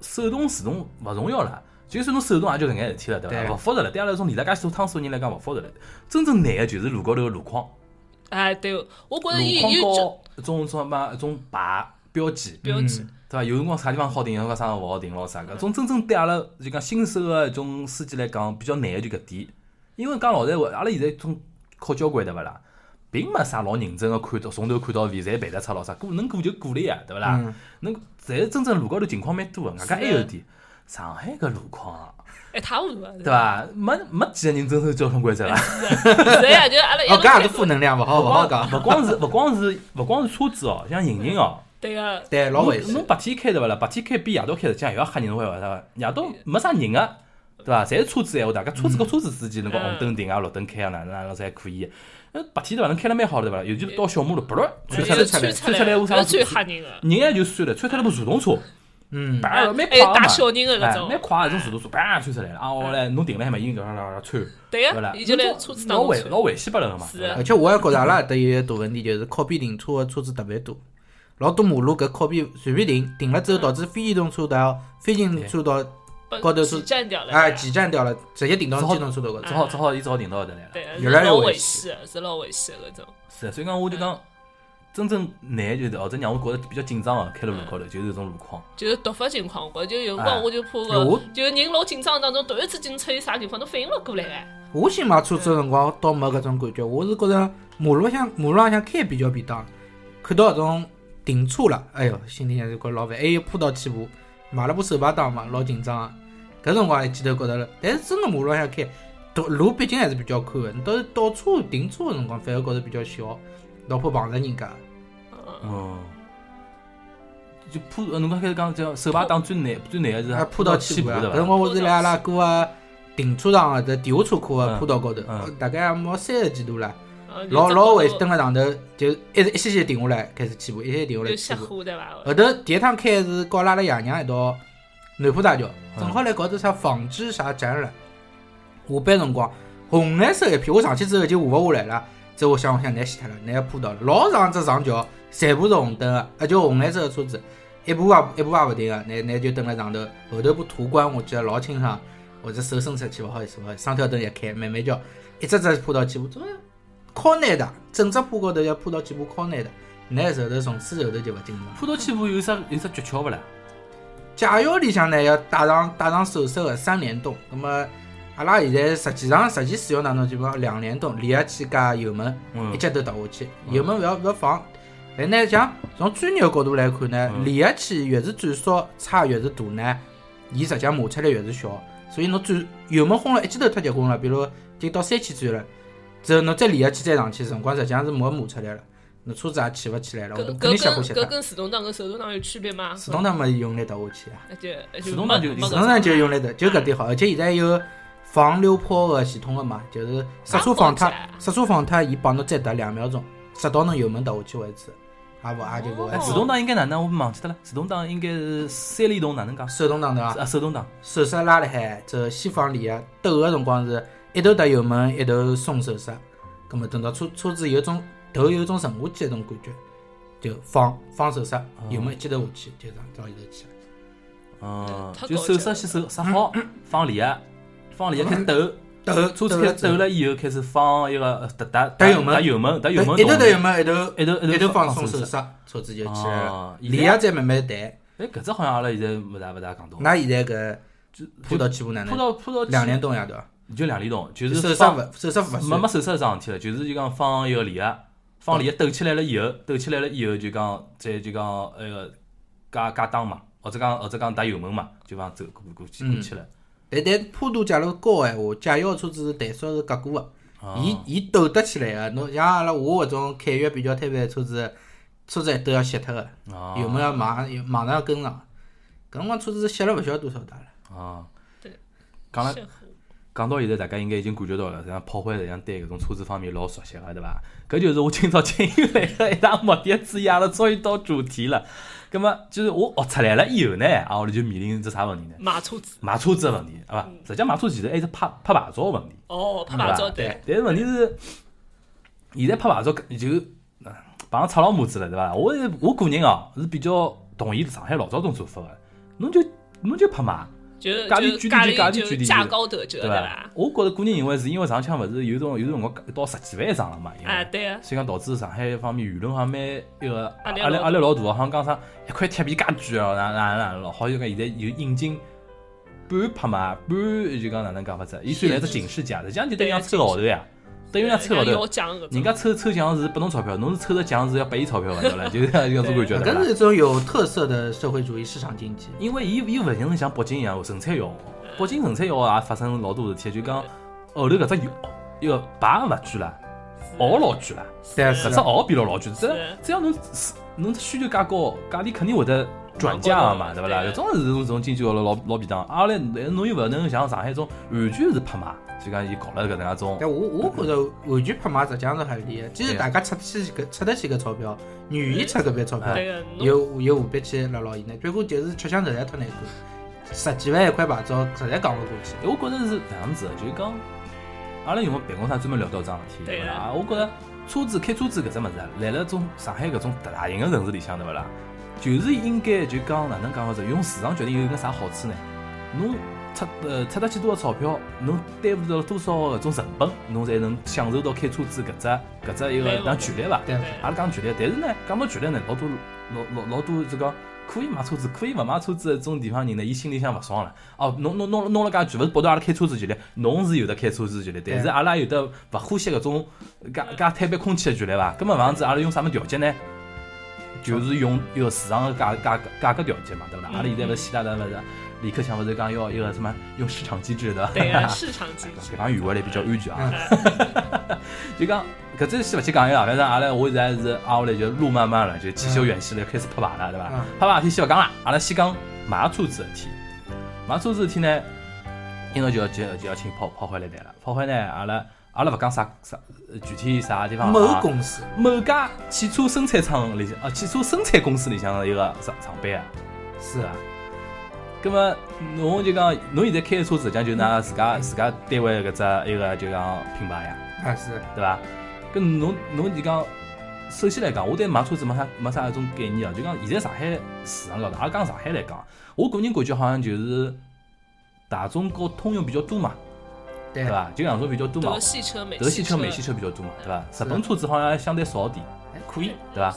S2: 手动自动勿重要了。就算侬手动也就搿眼事体了，对伐？
S4: 对
S2: 勿复杂了。对阿拉搿种练了介许多趟数人来讲，勿复杂了。真正难个就是路高头个路况，
S3: 哎，对，我觉着伊
S2: 路
S3: 有
S2: 况
S3: 种
S2: 高，一种什么一种牌标记。
S3: 标志，
S4: 嗯
S2: 对伐？有辰光啥地方好停，有辰光啥地方勿好停咯，啥个？种真正对阿拉就讲新手个一种司机来讲，比较难个就搿点。因为讲老实闲话，阿拉现在种考交关对勿啦，并没啥老认真个看到从头看到尾，侪背得出咯啥，过能过就过了呀，对勿啦？
S4: 嗯，啊
S2: 能侪真正路高头情况蛮多个，外加还有一点，上海搿路况啊，
S3: 一塌糊涂啊，
S2: 对伐？没没几个人遵守交通规则啊 啦。
S3: 是呀，就阿拉一
S4: 哦，
S3: 路
S4: 搿
S3: 开
S4: 也是负能量，勿好
S2: 勿
S4: 勿好
S2: 光
S4: 讲。
S2: 勿光是勿光是勿光是车子哦，像行人哦。
S3: 对个，
S4: 对，老危
S2: 侬
S4: 险。
S2: 白天开对勿啦？白天开比夜到开实际上也要吓人，会勿啦？夜到没啥人个，对伐？侪是车子闲话，大家
S4: 嗯
S2: 车子和车子之间能够红灯停啊、绿灯开啊，哪能哪能侪可以。呃，白天对伐？能开了蛮好的对伐？尤其是到小马路，不啦，
S3: 穿
S2: 穿出来
S3: 出
S2: 来，穿
S3: 穿
S2: 出来有啥
S3: 勿
S2: 事
S3: 最
S2: 体
S3: 吓人个，
S2: 人也就算了，穿出来部传动车，
S4: 嗯，
S2: 叭蛮
S3: 还有
S2: 快个
S3: 带
S2: 嘛，
S3: 小人个搿
S2: 哎
S3: 种，
S2: 蛮快个，种传动车叭穿出来了，啊，后来侬停了海嘛，伊搿啦啦啦穿，对
S3: 对呀
S2: 伐，
S3: 哎伊就来车子当
S2: 老
S3: 中
S2: 危
S3: 穿
S2: 老危险拨人个嘛，
S3: 是啊
S2: 对伐
S4: 而且我还觉着阿拉搿搭有一个大问题，就是靠边停车个车子特别多，老多马路搿靠边随便停，停了之后导致非机动车道、非机动车道
S3: 被
S4: 高头
S3: 挤
S4: 是
S3: 占掉了，
S4: 哎
S3: 对伐
S4: 挤占掉了，直接停到
S2: 只好
S4: 机动车道高头
S2: 只。好只好伊只好停到搿搭来了。
S3: 对啊，
S4: 越来
S3: 是
S4: 越
S3: 老
S4: 危
S3: 危
S4: 险
S3: 险的，是老危险的搿种。
S2: 是啊，所以讲我就讲，真正难就是或者让我觉着比较紧张啊个，开了路
S3: 嗯
S2: 高头就是搿种路况。
S3: 就是突发情况，我就有辰
S2: 哎
S3: 光我就怕
S4: 哎我
S3: 个，就是人老紧张当中，突然之间出现啥情况，侬反应勿过来哎。
S4: 我新买车子个辰光倒没搿种感觉，我是觉着马路向马路浪向开比较便当，看到搿种停车了，哎哟，心里向就觉着老烦，哎还有坡道起步，买了部手排档嘛，老紧张啊个。搿辰光一记头觉着了，但是真个马路浪向开，道路毕竟还是比较宽个，你到倒车停车个辰光反而觉着比较小，老怕碰着人家。
S3: 嗯，
S2: 嗯，就铺呃侬刚开始讲叫手把档最难最难个是
S4: 嗯还
S2: 铺
S4: 坡道
S2: 起
S4: 起
S2: 步
S4: 步啊！
S2: 对
S4: 搿辰
S2: 伐？
S4: 光我是辣阿拉哥个停车场个地下车库个
S2: 嗯
S4: 坡道高头
S2: 嗯，
S4: 大概也没三十几度了。
S3: 呃
S4: 老老危，
S3: 就
S4: 蹲辣上头，就一直一歇歇停下来开始起步，一歇歇停下
S3: 就
S4: 来
S3: 吓
S4: 起步。
S3: 唬对伐？
S4: 后头第一趟开是跟阿拉爷娘一道南浦大桥，正好来搞只啥纺织啥展览。下班辰光，红蓝色一片，我上去之后就下勿下来了。这我想我想，难死脱了，难扑到了。老长只长桥，全部是红灯个，啊，就红蓝色个车子，一步也一步也勿停个，那那就蹲辣上头。后头部途观我记得老清爽，我这手伸出去，勿好意思，勿好意思，双跳灯一开，慢慢叫，一只只扑到起步，怎么靠难的？整只坡高头要扑到起步靠难的，难后头从此后头就勿紧张了。
S2: 铺到起步有啥有啥诀窍勿啦？
S4: 驾校里向呢要带上带上手册的三联动，那么阿拉现在实际上实际使用当中就讲两联动，离合器加油门，
S2: 嗯
S4: 一脚头踏下去，
S2: 嗯
S4: 油门勿要勿要放。但呢，像从专业的角度来看呢，
S2: 嗯
S4: 离合器越是转速差越是大呢，伊实际上摩擦力越是小，所以侬转油门轰了一记头脱结棍了，比如已经到三千转了，之后侬再离合器再上去，辰光实际上是没摩擦力了，侬车子也起勿起来了，我
S3: 搿
S4: 都
S3: 搿
S4: 肯定
S3: 跟
S4: 歇过歇
S3: 搿
S4: 的。
S3: 跟手动挡跟手动挡有区别吗？
S4: 手动挡嘛用力踏下去啊。
S3: 那就那
S2: 手动挡
S3: 没
S2: 就
S3: 没
S2: 手
S4: 手动
S3: 搿
S4: 挡
S3: 种
S4: 就用来的，就搿点好，而且现在有防溜坡的系统的嘛，就是刹车放
S3: 啊
S4: 踏
S3: 好起来，
S4: 刹车放踏，伊帮侬再踏两秒钟，直到侬油门踏下去为止，啊也勿也就勿
S2: 哎，
S4: 会
S3: 哦
S2: 自动挡应该哪能？我忘记脱了。自动挡应该是三联动哪能讲？
S4: 手动挡对伐？
S2: 啊，手动挡。
S3: 嗯
S4: 手刹拉辣海，这先放离合，抖啊个辰光是一头踏油门，一头松手刹，葛末等到车车子有种头有种沉下去一种感觉，就放放手刹，
S2: 哦
S4: 油门一记头下去，就这样到一头去了。
S2: 嗯，
S3: 太
S2: 就
S3: 高
S2: 手
S3: 级
S2: 刹
S3: 了
S2: 先手刹好，放离合，放离合开始抖，
S4: 抖
S2: 车子
S4: 抖
S2: 开
S4: 了
S2: 始抖了以后开始放一个呃踏踏
S4: 打油门
S2: 踏
S4: 哎
S2: 油门，踏油门
S4: 一头
S2: 动啊
S4: 踏
S2: 力
S4: 油门，一头
S2: 一头
S4: 一
S2: 一头
S4: 头呃放
S2: 放
S4: 松手
S2: 手
S4: 刹，车子就起来了。
S2: 哦，现在
S4: 离合再慢慢弹。
S2: 哎，搿只好像阿拉现在勿大勿大讲到。
S4: 那现在搿
S2: 就
S4: 坡道起步哪
S2: 铺
S4: 能？
S2: 到铺到
S4: 两联动呀，对伐？
S2: 就两联动，就是
S4: 手刹
S2: 放
S4: 勿手刹勿
S2: 没
S4: 算
S2: 没，手刹桩事体了，就是就讲放一个离合，放离合抖起来了以后，抖起来了以后就讲再就讲那个加加档嘛，或者讲或者讲打油门嘛，就往走过过去过去了。
S4: 但但坡度假如高个闲话，驾校车子弹速是夹过个，
S2: 啊
S4: 伊伊抖得起来个。侬像阿拉我搿种凯越比较特别个车子，车子一抖要熄脱个，
S2: 啊
S4: 油门要马上马上要跟上。搿辰光车子熄了勿晓得多少大了。
S2: 啊
S3: 对，
S2: 讲了
S3: 吓唬
S2: 讲到现在，大家应该已经感觉到了，像炮灰实际上对搿种车子方面老熟悉了，对伐？搿就是我今朝请伊来的一大目的之一，阿拉终于到主题了。葛末就是我学出来了以后呢，啊，我就面临着啥问题呢？
S3: 买车子
S2: 买车子的问题，啊伐？实际上买车其实还是拍拍牌照的问题，
S3: 哦，拍
S2: 对
S3: 牌
S2: 伐
S3: 照对，
S2: 但是问题是，现在拍牌照搿就啊帮人插老母子了，对伐？我是我个人哦是比较同意上海老早种做法的，侬就侬就拍卖。
S3: 就是
S2: 价钿
S3: 就
S2: 距离
S3: 价
S2: 就价钿
S3: 钿
S2: 距
S3: 就
S2: 离
S3: 价高得折对
S2: 伐
S3: 伐？？
S2: 我觉着个人认为是因为上腔勿是有种有辰光到十几万一张了嘛，因
S3: 啊，
S2: 为
S3: 对啊，
S2: 所以讲导致上海方面舆论好像蛮那个
S3: 压力
S2: 压力
S3: 老大
S2: 压力老大，好像讲啥一块铁皮介贵哦，哪哪哪了，好像讲现在有引进半拍卖，半就讲哪能讲法子，伊虽然是警示价，实际上就等于像抽个号头呀，等于像抽个号
S3: 人家要
S2: 头。
S3: 奖搿
S2: 人
S3: 种，
S2: 家抽抽奖是拨侬钞票，侬是抽着奖是要拨伊钞票个，对 伐？就是这样种感觉，对伐
S4: 搿？是一种有特色的社会主义市场经济。
S2: 因为伊伊勿像像北京一样生产吆喝，北京生产吆喝也啊发生老多事体，就讲后头搿只吆一个牌勿贵啦，袄老贵啦，
S4: 但
S2: 搿
S3: 啊
S4: 是
S2: 只袄比老老贵，只
S3: 是
S2: 只要侬是侬只需求介高，价钿肯定会得转嫁个嘛，对勿啦？搿种是搿种经济学老老老便当。阿拉侬又勿能像上海种完全是拍卖，就讲伊搞了搿能介种
S4: 但我我觉着完全拍卖实际上是合理的，既然大家出得起搿出得起搿钞票，愿意出搿笔钞票，
S3: 对啊个，侬
S4: 又又何必去辣牢伊呢？最后就是吃相实在太难看，十几万一块牌照实在讲勿过去。
S2: 我觉着是搿样子的，就是讲，阿拉因为办公室专门聊到这桩事体，
S3: 对
S2: 对
S3: 啊
S2: 勿啦？我觉着车子开车子搿只物事啊，来了种上海搿种大型个城市里向，对勿啦？就是应该就讲哪能讲法子，用市场决定有一个啥好处呢？侬出呃出得起多少钞票，侬担负到多少搿种成本，侬才能享受到开车子搿只搿只一个
S3: Level
S2: 当权利伐？
S3: 对
S4: 对
S3: 啊
S4: 伐，
S2: 阿拉讲权利，但是呢，讲到权利呢，老多老老老多就讲可以买车子，可以勿买车子的这种地方人呢，伊心里向勿爽了。哦，侬侬侬弄了介句，勿是剥夺阿拉开车子权利，侬是有得开车子权利，但是
S4: 对
S2: 阿拉有得勿呼吸搿种介介太白空气的权利伐？根本房子阿拉用啥么调节呢？就是用一个市场的价价价格调节嘛，对勿啦？
S3: 嗯
S2: 阿拉现在勿是希腊的勿是李克强勿是讲要一个什么用市场机制对伐？
S3: 对啊 个市场经济
S2: 搿讲语汇来比较安全啊。
S3: 哎
S2: 就讲搿只先勿去讲伊拉，反正阿拉我现在是挨下来就路漫漫了，就汽修远系列开始拍牌了，对伐
S4: 嗯？
S2: 拍牌事体先勿讲了，阿拉先讲买车子的事体。买车子的事体呢，今朝就要就要就要请炮炮灰来谈了。炮灰呢，阿拉阿拉勿讲啥啥呃具体啥地方
S4: 某
S2: 啊，
S4: 公司
S2: 某家汽车生产厂里向啊，汽车生产公司里向的一个上上班啊，
S4: 是
S2: 伐？葛么侬就讲侬现在开的车子，讲就拿自家自家单位的搿只一个就讲品牌呀。
S4: 啊是，
S2: 对伐？搿侬侬就讲，首先来讲，我对买车子没啥没啥一种概念啊。就讲现在上海市场高头，阿拉讲上海来讲，我个人感觉好像就是大众和通用比较多嘛，
S4: 对
S2: 对
S4: 啊伐？
S2: 伐？就两种比较多嘛
S3: 德。系车、美
S2: 德系车、
S3: 车、
S2: 美系车比较多嘛，对伐？日本车子好像相对少点，
S4: 还可以，
S2: 对伐？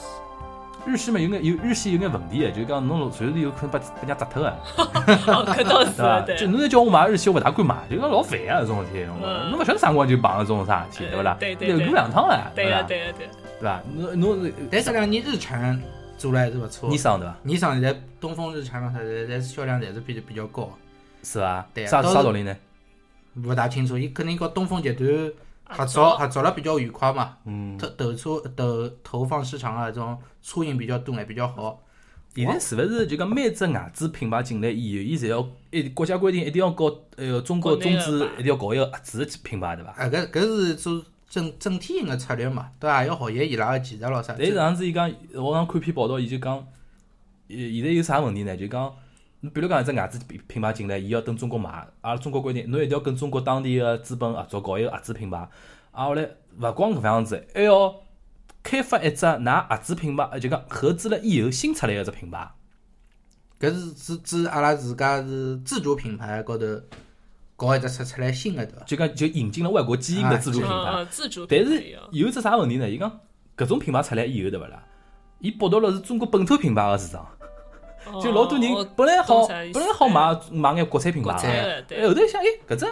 S2: 日系嘛有眼有日系有眼问题的，啊就是讲侬随时有可能被被人家砸脱 的，
S3: 哦，搿倒是
S2: 对伐？
S3: 对
S2: 就侬再叫我买日系，我勿大敢买，就讲老烦啊，搿种事体，
S3: 嗯
S2: 侬勿晓得啥辰光就碰到这种啥事体，对勿啦
S3: 呃？对对
S2: 流
S3: 对
S2: 过两趟了，
S3: 对
S2: 伐
S3: 个？对个啊对个，
S2: 对伐？
S4: 嗯
S2: 侬侬是
S4: 但这两年日产做了还是勿错
S2: 尼。桑对伐？
S4: 尼桑现在东风日产了，它现在销量侪是比比较高，
S2: 是伐？
S4: 对啊
S2: 啥
S4: 到时
S2: 啥道理呢？
S4: 勿大清楚，伊肯定和东风集团合作合作了比较愉快嘛，
S2: 嗯，
S4: 投投出投投放市场啊，这种车型比较多眼比较好，
S2: 现在是勿是就讲每只外资品牌进来以后，伊侪要一国家规定一定要搞呃中国
S3: 国内
S2: 中
S3: 的
S2: 资
S3: 吧
S2: 一定要搞一个合资的品牌对伐？
S4: 啊搿搿是做整整体性个策略嘛，对伐？要学习伊啊拉个技术咯啥，
S2: 但是上次伊讲，我刚看篇报道，伊就讲，呃现在有啥问题呢？就讲，你比如讲一只外资品品牌进来，伊要跟中国买，阿拉中国规定，侬一定要跟中国当地个资本合作搞一个合资品牌，啊，后来勿光搿样子，还要开发一只㑚合资品牌，呃就讲合资了以后新出来个只品牌。
S4: 搿是指指阿拉自家是自主品牌高头搞一只出出来新个对伐？
S2: 就讲就引进了外国基
S4: 哎
S2: 因的自主品
S3: 嗯
S2: 牌。
S3: 嗯，自主
S2: 但
S3: 品牌
S2: 是
S3: 一样，
S2: 有一只啥问题呢？伊讲搿种品牌出来以后，对勿啦？伊剥夺了是中国本土品牌个市场，就老多人
S3: 哦
S2: 本来好
S3: 懂啥意
S2: 本
S3: 思
S2: 来好买买眼国产品牌
S3: 国
S2: 个，
S3: 产的
S2: 哎
S3: 对
S2: 后头一想，哎，搿只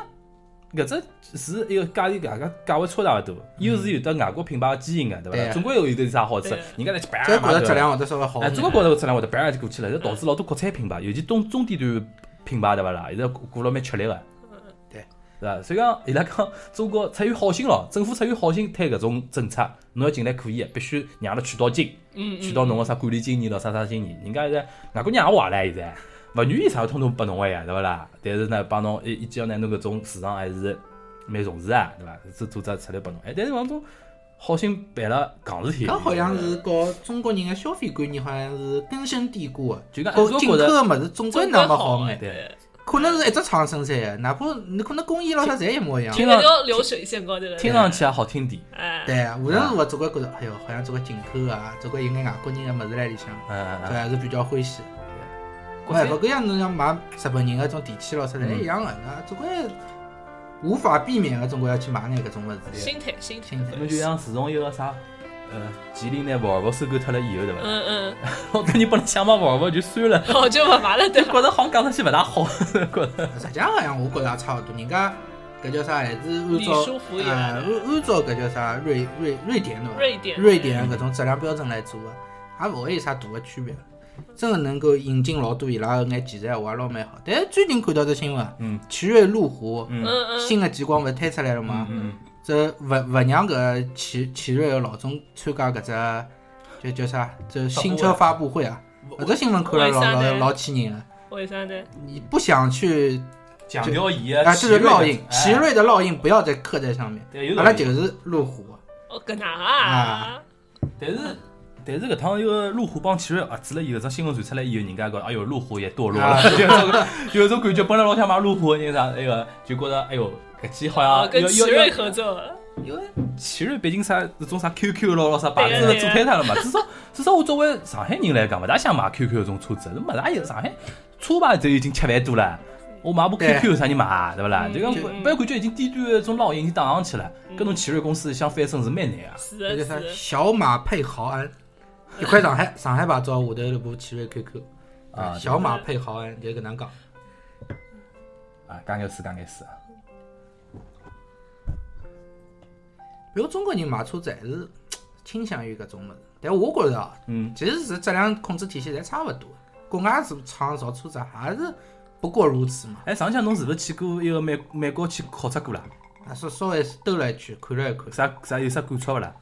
S2: 搿只是一个价钿价格价位差大勿多，又是有得外国品牌个基因个，对勿
S4: 嗯对
S2: 啦？
S4: 啊
S2: 总归有有得啥好处
S3: 对，
S2: 人家来去摆
S4: 这觉
S2: 买
S4: 着
S2: 啊对
S4: 质
S2: 伐
S4: 量会得稍微好
S2: 哎，
S4: 眼。
S2: 中国高头质量会得摆就过去了，这导致老多国产品牌，尤其中中低端品牌对伐啦？现在过过了蛮吃力个。
S4: 嗯对。
S2: 是伐？所以讲，伊拉讲中国出于好心咯，政府出于好心推搿种政策，侬要进来可以，必须让阿拉取到经，
S3: 嗯
S2: 取到侬个啥管理经验咯，啥啥经验。人家现在外国人也坏了，现在勿愿意啥通通拨侬个呀，对勿啦？但是呢，帮侬一一叫呢，侬搿种市场还是蛮重视啊，对伐？是做只策略拨侬，哎，但是往中好心办了戆事体，
S4: 搿好像是和中国人的消费观念好像是根深蒂固的，
S2: 就讲哎
S4: 和
S2: 中国
S4: 进口
S2: 的
S4: 的物事总归
S3: 中
S4: 那
S3: 国
S4: 么
S3: 好哎
S4: 好眼，
S2: 对
S3: 对，
S4: 可能是一只厂生产的，哪怕你可能工艺老啥侪一模一样
S3: 就。
S2: 听
S3: 一
S2: 上
S3: 条流水线高头了，
S2: 听上去也好听点，
S3: 哎，
S4: 对啊，无论是我总归觉着，哎哟，好像总归进口的啊，总归有眼外国人的物事辣里向，
S3: 啊
S2: 嗯嗯嗯，
S4: 对，还是比较欢喜。
S2: 国
S4: 哎，
S2: 产
S4: 勿过像侬像买日本人的种电器咯啥
S3: 嗯
S4: 侪一样的，那总归无法避免的，总归要去买眼搿种物事的。
S3: 心态心态
S4: 心，态
S2: 侬就像自从一个啥，呃，吉林拿沃尔沃收购脱了以后，对伐？
S3: 嗯 嗯，
S2: 老多人本来想买沃尔沃就算了，
S3: 哦，就勿买了对 伐？
S2: 觉着好像讲上去勿大好，觉着。
S4: 实际上好像我觉着也差勿多，人家搿叫啥还是按
S3: 李书
S4: 照
S3: 福也
S4: 呃按按照�c叫啥瑞瑞瑞典对伐？
S3: 瑞典
S4: 瑞典搿种质量标准来做的，也勿会有啥大的区别。真的能够引进老多伊拉个眼技术闲话，老蛮好。但是最近看到只新闻，
S2: 嗯，
S4: 奇瑞路虎
S2: 嗯
S3: 嗯嗯，
S4: 新的激光勿是推出来了吗？
S2: 嗯
S4: 这勿勿让搿奇奇瑞个老总参加搿只，就叫啥？这新车发布会啊，搿只新闻看了老
S3: 为啥
S4: 老
S3: 呢
S4: 老气人的。
S3: 为啥呢？
S4: 你不想去
S2: 强调伊个
S4: 啊，这是烙印，
S2: 奇
S4: 奇
S2: 瑞哎
S4: 瑞的烙印不要再刻在上面。
S2: 的哎，对，有
S4: 阿拉
S2: 道理
S4: 就是路虎，
S3: 哦，搿哪
S4: 啊
S3: 啊？
S2: 但是但是搿趟有个路虎帮奇瑞合资啊了以后，只新闻传出来以后，人家讲，哎哟，路虎也堕落了，
S4: 啊
S2: 就是这个 有一种感觉，本来老想买路虎的人啥那个，就觉着哎哟，搿期好像
S3: 哦，跟
S2: 要
S3: 奇
S2: 要
S3: 瑞
S2: 要
S3: 合作，
S2: 因为奇瑞毕竟啥那种啥 QQ 咯咯啥牌子
S3: 对呀
S2: 做开它了嘛，至少至少我作为上海人来讲，勿大想买 QQ 这种车子，没大有上海车牌都已经七万多了。我买部
S4: 对
S2: QQ 有啥人买啊？对勿啦？
S3: 嗯
S2: 这个
S3: 就
S2: 不要感觉已经低端的这种烙印已经打上去了，搿种奇瑞公司想翻身是蛮难啊。
S3: 是
S4: 那
S3: 的，
S4: 叫
S3: 是
S4: 啥？
S3: 的，
S4: 小马配豪安，一块上海上海牌照下头一部奇瑞 QQ
S2: 啊
S4: 小马配豪安就是搿能讲。
S2: 啊，讲眼事讲眼事。
S4: 比如中国人买车子还是倾向于搿种物事，但我觉着啊，
S2: 嗯，
S4: 其实是质量控制体系侪差勿多，国外是厂造车子还是不过如此嘛。
S2: 哎，上趟侬是勿是去过一个美美国去考察过啦？
S4: 啊，稍稍微兜了一圈，看了一看，
S2: 啥啥有啥感触勿啊啦？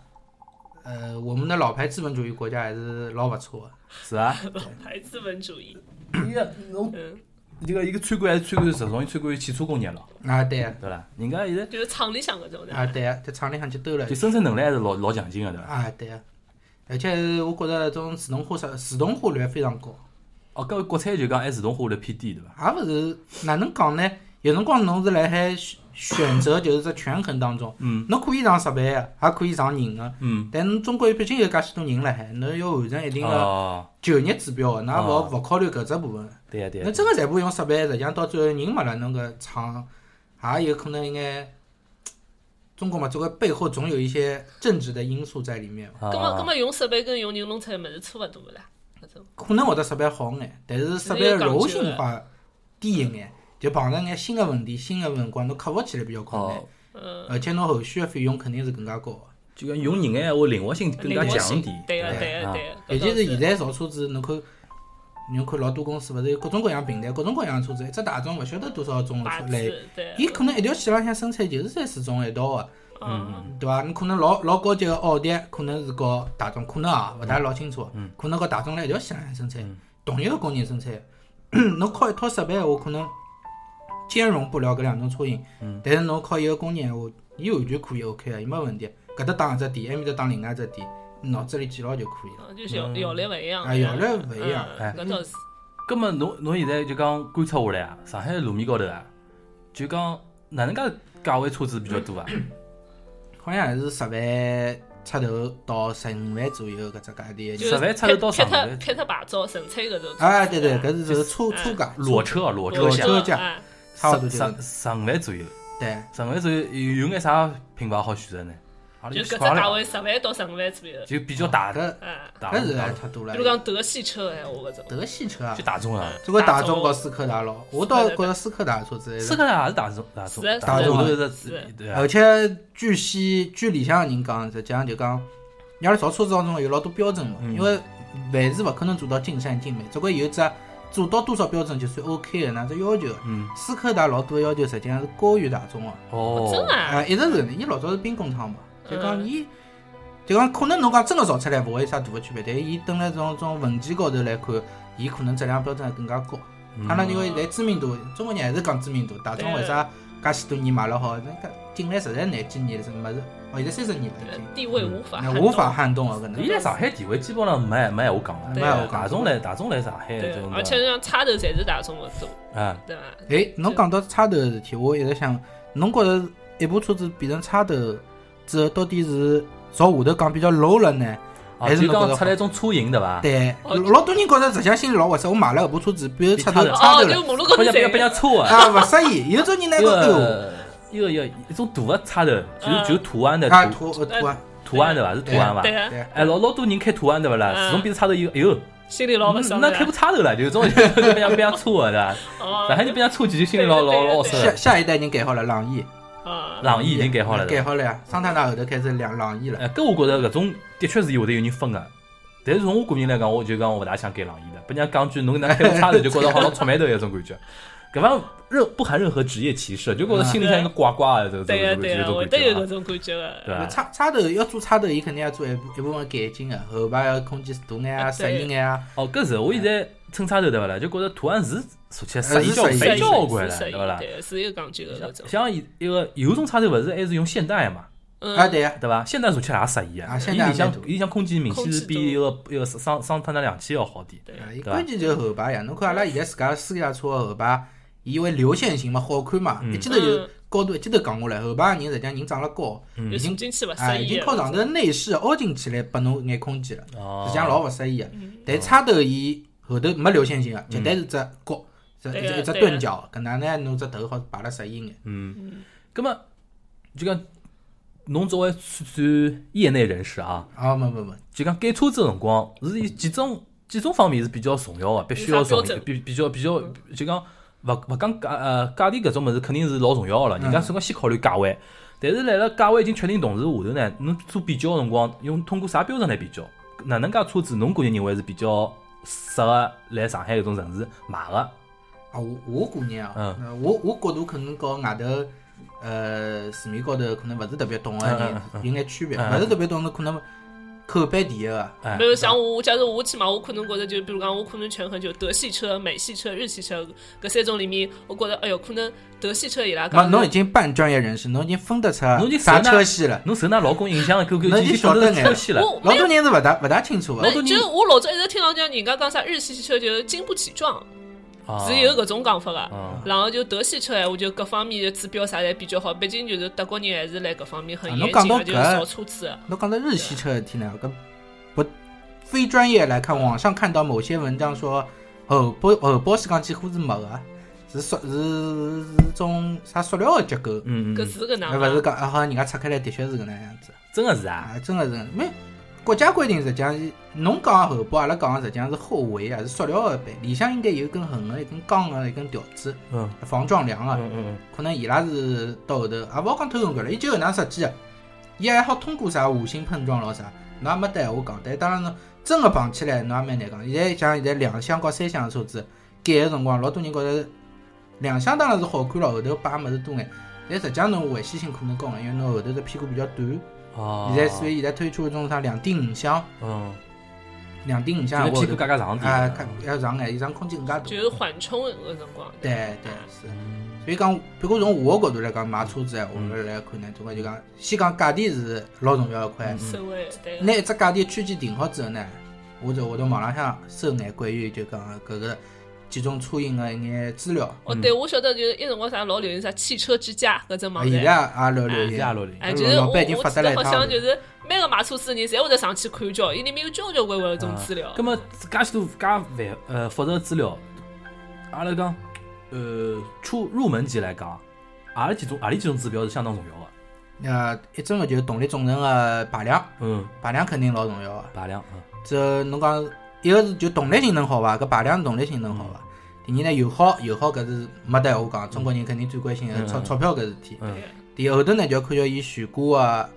S4: 呃，我们的老牌资本主义国家还是老勿错的。
S2: 是啊，
S3: 老牌资本主义，
S2: 伊个侬
S3: 嗯，
S2: 一个一个参观还是参观是容易参观汽车工业了，
S4: 啊，对啊，
S2: 对伐啦？人家现在
S3: 就是厂里向搿种
S4: 啊，
S3: 的，
S4: 对啊，在厂里向去兜了一
S2: 就
S4: 圈。
S2: 生产能力还是老老强劲个，对伐？
S4: 啊，对啊，而且我觉着这种自动化啥自动化率非常高，
S2: 哦，搿国产就讲还自动化率偏低，对伐？
S4: 也勿是哪能讲呢？有辰光侬是辣海选选择就是只权衡当中，
S2: 嗯
S4: 侬可以上设备个，也可以上人个。
S2: 嗯。
S4: 但侬中国毕竟有介许多人辣海，侬要完成一定个
S2: 哦，
S4: 就业指标，㑚勿
S2: 哦
S4: 勿考虑搿只部分。
S2: 对呀对
S4: 侬
S2: 呀。
S4: 真个全部用设备，实际上到最后人没了，侬搿厂也有可能应该。中国嘛，这个背后总有一些政治的因素在里面嘛，
S2: 啊
S3: 葛末葛末用设备跟用人弄出来物事差勿多个啦，搿种，
S4: 可能会得设备好眼，哎但是设备柔性化低一眼，就碰着眼新的问题、新的辰光，侬克服起来比较困难
S2: 哦，，
S3: 嗯，
S4: 而且侬后续的费用肯定是更加高的。
S2: 就讲用人个闲话，灵活性更加
S3: 灵活
S2: 强一
S3: 性
S2: 点。
S3: 对个
S2: 吧
S3: 对个
S2: 啊
S3: 对个，
S4: 尤
S3: 搿嗯倒
S4: 其是现在造车子，侬看，侬看老多公司勿是有各种各样平台、各种各样车子，一只大众勿晓得多少种
S3: 牌
S4: 车类，
S3: 子，对，
S4: 伊可能一条线浪向生产就是三四种一道的，
S3: 嗯，
S4: 对伐？侬可能老老高级的奥迪，可能是搞大众，可能啊勿大老清楚
S2: 嗯，
S4: 可能搞大众辣一条线浪向生产
S2: 嗯，
S4: 同一个工人生产， 侬靠一套设备闲话，可能兼容不了搿两种车型
S2: 嗯，
S4: 但是侬靠一个工人闲话，伊完全可以 OK 个，伊没问题，搿搭打一只点，埃面搭打另外一只点，脑子里记牢就可以了。
S3: 嗯就是摇
S2: 嗯
S3: 摇篮勿一样，
S4: 啊摇篮勿一样
S2: 哎
S3: 嗯搿倒是，
S2: 葛么侬侬现在就讲观察下来啊，上海路面高头啊，就讲哪能介价位车子比较多啊？
S4: 好像还是十万出头到十五万左右搿只价钿的。
S3: 就
S2: 十
S3: 是
S2: 万差头到
S3: 撇
S2: 上万
S3: 脱撇脱牌照，纯粹搿种，
S4: 啊，对对，搿是
S2: 就
S4: 就是是车车价，
S2: 裸车啊裸车
S4: 裸
S2: 价
S4: 车价
S3: 价，
S4: 差不
S2: 十
S4: 多
S2: 十
S4: 就
S2: 十五万左右，
S4: 对。
S2: 十五万左右有有眼啥品牌好选择呢？阿拉
S3: 就搿只
S2: 看啊了
S3: 价位十万到十五万左右，
S2: 就比较大的
S4: 搿
S3: 啊，
S2: 大
S4: 搿
S2: 众
S4: 是
S2: 大
S4: 还
S2: 众
S4: 太多了
S3: 比如。讲德系车哎，我搿种，
S4: 德系车啊
S2: 就，大众啊，
S4: 这个大
S3: 大
S4: 众
S3: 众
S4: 和斯柯达咯，我倒觉着斯柯达车子还
S2: 斯
S4: 是。
S2: 柯达也是大众大众大众
S3: 是
S4: 大众
S2: 都是
S3: 是
S2: 对啊
S4: 而且据悉，据里向的人讲，实际上就讲，伊拉造车子当中有老多标准嘛，
S2: 嗯
S4: 因为凡是勿可能做到尽善尽美，只管有一只做到多少标准就算 OK 的，哪只要求。
S2: 嗯
S4: 斯柯达老多的要求实际上是高于大众的。
S2: 哦
S3: 真啊
S4: 啊，，一直是呢，伊老早是兵工厂嘛，就讲
S3: 嗯
S4: 伊，就讲可能侬讲真个造出来勿会有啥大个区别，但伊蹲辣种种文件高头来看，伊可能质量标准还更加高。阿拉
S2: 嗯
S4: 因为现在知名度，中国人还是啊讲知名度，大众为啥介许多年买了好？人家进来实在难几年是没事，哦，现在三十年了已经，
S3: 地位无法
S4: 嗯那
S3: 撼动
S4: 无法撼动个搿能
S2: 伊。来上海地位基本上没没闲话讲了，
S3: 对
S4: 啊
S2: 大众来大众来上海
S3: 对
S2: 这种，
S3: 而且像插头侪是大众的多，
S2: 啊
S3: 对伐？
S4: 哎，侬讲到插头个事体，我一直想，侬觉着一部车子变成插头之后，到底是朝下头讲比较 low 了呢？
S2: 啊
S4: 还是
S2: 就
S4: 侬觉
S2: 讲
S4: 得
S2: 出来一种车型对伐？
S4: 对，
S3: 哦
S4: 老多人觉着实际上心里老划算，我买了搿部车子，比如插头
S2: 比
S4: 插
S3: 哦，
S4: 头
S3: 就
S4: 了
S3: 马路高头
S2: 不像不像不
S3: 侪
S2: 像车啊，
S4: 啊，勿适宜。有种人呢
S2: 一
S4: 觉得
S2: 个一个一个一种大的插头，就是
S3: 嗯
S2: 就是图案的
S4: 哎呦，啊
S2: 图
S4: 土呃土啊，
S2: 图案对伐？是图案伐？
S3: 对啊，
S4: 对，
S2: 哎，老老多人开图案对勿啦？
S3: 嗯
S2: 始终变成插头以后，哎呦，
S3: 心里老勿
S2: 嗯
S3: 爽啊
S2: 那
S3: 的。
S2: 开部插头了，就是这种 就变像变像车的对伐？
S3: 哦，
S2: 上海就变像车企就心里老老老
S3: 对
S2: 实
S4: 下
S2: 了。
S4: 下一代人改好了朗逸，
S3: 啊，
S2: 朗逸已经改好了对
S4: 改
S2: 伐，
S4: 好了呀，桑塔纳后头开始两朗逸了。
S2: 哎，搿我觉着搿种的确是有会得有人分个。但是从我个人来讲，我就讲我勿大想改朗逸的，不然讲句侬能开部插头就觉着好像草莓头一种感觉。搿方任不含任何职业歧视，就觉着心里像一个呱呱的，这
S3: 对
S2: 这
S3: 个
S2: 种这种
S3: 对个，会
S2: 感
S3: 得有
S2: 觉
S3: 搿
S2: 啊，
S3: 种感觉个。
S2: 对吧？
S4: 差差头要做差头，伊肯定要做一部一部分改进个，后排要空间大眼啊，
S3: 啊
S4: 适
S3: 对
S4: 应眼啊。
S2: 哦，搿是我现在蹭差头对勿啦？就觉着图案是说起来
S4: 呃
S2: 色
S4: 是
S2: 一交
S4: 色
S3: 是
S2: 非
S4: 一
S2: 交关了，
S3: 是
S2: 对勿啦？
S3: 对，是有讲究个搿种
S2: 像。像一一个有种差头勿是还是用现代嘛，
S3: 嗯
S4: 啊，对啊，
S2: 对伐？现代说起来也适宜
S4: 啊现
S2: 伊
S4: 代
S2: 里
S4: 也
S2: 向
S4: 蛮多
S2: 伊里向空间明显是
S3: 空
S2: 比
S3: 间
S2: 一个一个桑桑塔纳两千要好点。
S3: 对
S4: 啊伊
S2: 对吧
S4: 关键就是后排呀。侬看阿拉现在自家私家车个后排，伊会流线型嘛，好看嘛，
S2: 嗯
S4: 一记头就
S3: 嗯
S4: 高度一记头降下来，后排个人实际上人长了高，
S3: 有
S4: 已
S3: 进进
S4: 经
S3: 去勿
S4: 啊
S3: 适
S4: 已
S3: 宜
S4: 经
S3: 的
S4: 靠上头内饰凹进去来拨侬眼空间了，
S2: 哦，
S4: 实际上老勿适意个。但差头伊后头没流线型个，绝对是只高，只
S3: 对
S4: 一只
S3: 个
S4: 一只
S3: 对
S4: 钝
S3: 个
S4: 角的，搿能呢侬只头好摆了适应眼。
S2: 嗯，葛么就讲侬作为算算业内人士啊，
S4: 啊，没没没，
S2: 就讲改车子的辰光是以几种几种方面是比较重要的，必须要重
S3: 有啥标准
S2: 比比较比较就讲勿勿讲价呃价钿搿种物事肯定是老重要的了，人
S3: 嗯
S2: 家首先先考虑价位。但是辣辣价位已经确定同时下头呢，侬做比较的辰光，用通过啥标准来比较？哪能介车子侬个人认为是比较适合来上海搿种城市买个？
S4: 啊，我我个人啊
S2: 嗯，
S4: 呃我我角度可能和外头，呃，市面高头可能勿是特别懂个
S2: 嗯嗯
S4: 人有眼区别，
S2: 嗯
S4: 勿是特别懂的可能口碑第一个，
S2: 哎
S3: 比，如像我，假如我去买，我可能觉得就，比如讲，我可能权衡就德系车、美系车、日系车搿三种里面，我觉得，哎哟，可能德系车伊拉
S4: 嘛，
S3: 讲
S4: 侬已经半专业人士，侬已经分得出
S2: 侬已经
S4: 啥
S2: 熟了
S4: 车系了，
S2: 侬受㑚老公影响的 QQ
S4: 侬
S2: 已
S4: 已
S2: 经
S4: 经
S2: 晓
S4: 晓
S2: 得
S4: 得
S2: 车
S4: 眼
S2: 系了。
S3: 我
S4: 老
S3: 没有
S4: 多人是勿大勿大清楚啊
S3: 没
S2: 老多，
S4: 个
S2: 人
S3: 就是我老早一直听到讲人家讲啥日系车就是经不起撞，
S4: 哦
S2: 啊
S3: 是哦有搿种讲法个。
S2: 啊，
S3: 然后就德系车哎闲话，就各方面的指标啥侪比较好，毕竟就是德国人还是辣搿方面很
S4: 啊
S3: 严
S4: 侬讲
S3: 谨
S4: 到
S3: 的，就是
S4: 搿
S3: 造车子啊的。
S4: 侬讲到日系车的事体呢，搿不非专业来看，网上看到某些文章说哦后保后保险杠几乎是没个，是塑是是种啥塑料个结构，
S2: 嗯嗯
S3: 搿
S2: 嗯，
S3: 是搿能
S4: 呃
S3: 样
S4: 勿
S3: 嘛？
S4: 是讲啊好像人家拆开来的确是搿能样子。
S2: 真的是啊，
S4: 啊，真个是，因为国家规定实际上是，侬讲个后包，阿拉讲个实际上是后围啊，是塑料个板，里向应该有一根横个、一根钢个、一根条子，
S2: 嗯
S4: 防撞梁个、
S2: 嗯嗯
S4: 可能伊拉是到后头，也勿好讲偷工减料，伊就搿能设计个，伊还好通过啥五星碰撞咯啥，侬也没得闲话讲。但当然侬真个碰起来，侬也蛮难讲。现在像现在两厢和三厢个车子改个辰光，老多人觉着两厢当然是好看咯，后头摆物事多眼，但实际上侬危险性可能高眼，因为侬后头只屁股比较短。
S2: 嗯，啊，
S4: 现在所以现在推出一种啥两点五箱，
S2: 嗯，
S4: 两点五
S2: 就
S4: 箱
S2: 是
S4: 的话
S2: 屁股嘎嘎长点
S4: 啊，看要长眼，伊张空间更加大。
S3: 就
S4: 对
S3: 是缓冲的搿辰光。
S4: 对是，所以讲，如果从我的角度来讲，买车子闲话来看呢，总归就讲，先讲价钿是老重要一块。
S3: 收尾对
S4: 拿一只价钿区间定好之后呢，我就会到网浪向搜眼关于就讲搿个几种车型的一眼资料。
S3: 哦，对，我晓得就是一辰光啥老流行啥汽车之家搿只
S4: 啊，
S3: 网
S4: 现在也
S3: 站。
S4: 老流
S2: 一下
S4: 行，
S2: 落里，
S3: 哎，
S4: 老
S3: 就是
S4: 老
S3: 我，我
S4: 板已经发
S3: 记
S4: 得
S3: 得
S4: 来一
S3: 好
S4: 趟
S3: 像
S4: 了
S3: 就是每个买车子的人，侪会得上去看交，伊里面有交交关关搿种资料
S2: 啊。葛么介许多介繁呃复杂的资料，阿拉讲呃初入门级来讲，阿拉几种阿里几种指标是相当重要的。
S4: 呃，一种个就是动力总成的排量，
S2: 嗯，
S4: 排量肯定老重要啊个。
S2: 排量，嗯
S4: 这侬讲一个是就动力性能好伐？搿排量动力性能好伐？第
S2: 嗯
S4: 二呢，油耗，油耗搿是没得闲话讲，中国人肯定最关心
S2: 嗯
S4: 个
S2: 嗯
S4: 钞
S2: 嗯
S4: 钞票搿事体。
S2: 嗯
S4: 第后头呢，就要看叫伊悬挂啊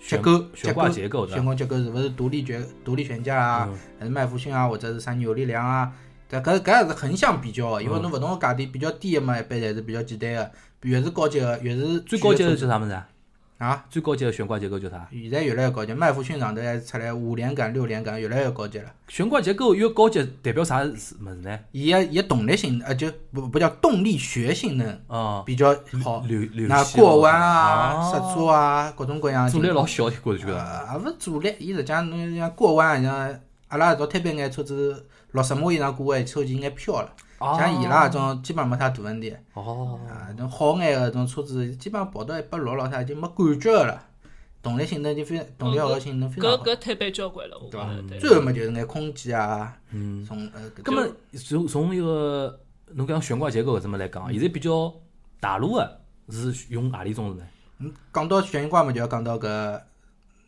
S4: 结
S2: 悬
S4: 构，
S2: 悬
S4: 结
S2: 挂
S4: 构
S2: 结构对
S4: 悬
S2: 吧？
S4: 挂结构是勿是独立悬独立悬架啊，
S2: 嗯
S4: 还是麦弗逊啊，或者是啥扭力梁啊？搿搿搿也是横向比较个，啊因为
S2: 嗯
S4: 侬勿同个价钿比较低个嘛，一般侪是比较简单个，越是高级个越是
S2: 最高级
S4: 选
S2: 的
S4: 择
S2: 叫啥物事啊？
S4: 啊。
S2: 最高级的悬挂结构叫啥？
S4: 现在越来越高级，麦弗逊上头还出来五连杆、六连杆，越来越高级了。
S2: 悬挂结构越高级，代表啥物事呢？
S4: 伊个伊个动力性呃就不不叫动力学性能
S2: 啊，
S4: 比较好，
S2: 流流
S4: 那
S2: 线
S4: 过
S2: 哦
S4: 弯啊、刹
S2: 啊哦
S4: 车啊，各种各样的
S2: 阻
S4: 情
S2: 力
S4: 况。
S2: 老小，觉着就觉
S4: 呃，也勿是阻力，伊实际上侬像过弯，像阿拉搿种特别眼车子六十码以上过弯，车就应该飘了。像伊拉搿种基本没啥大问题
S2: 哦，
S4: 啊，种好眼个种车子基本上跑到一百六老啥就没感觉个了，动力性能就非动力号性能非常
S3: 搿
S4: 好。
S3: 搿太板交关了，我觉
S4: 对吧
S3: 得对。
S4: 最后嘛就是眼空间啊，
S2: 嗯，
S4: 从呃，搿
S2: 那么从从一个侬讲悬挂结构搿只么来讲，现在比较大陆个是用何里种呢？
S4: 嗯，讲到悬挂嘛，就要讲到搿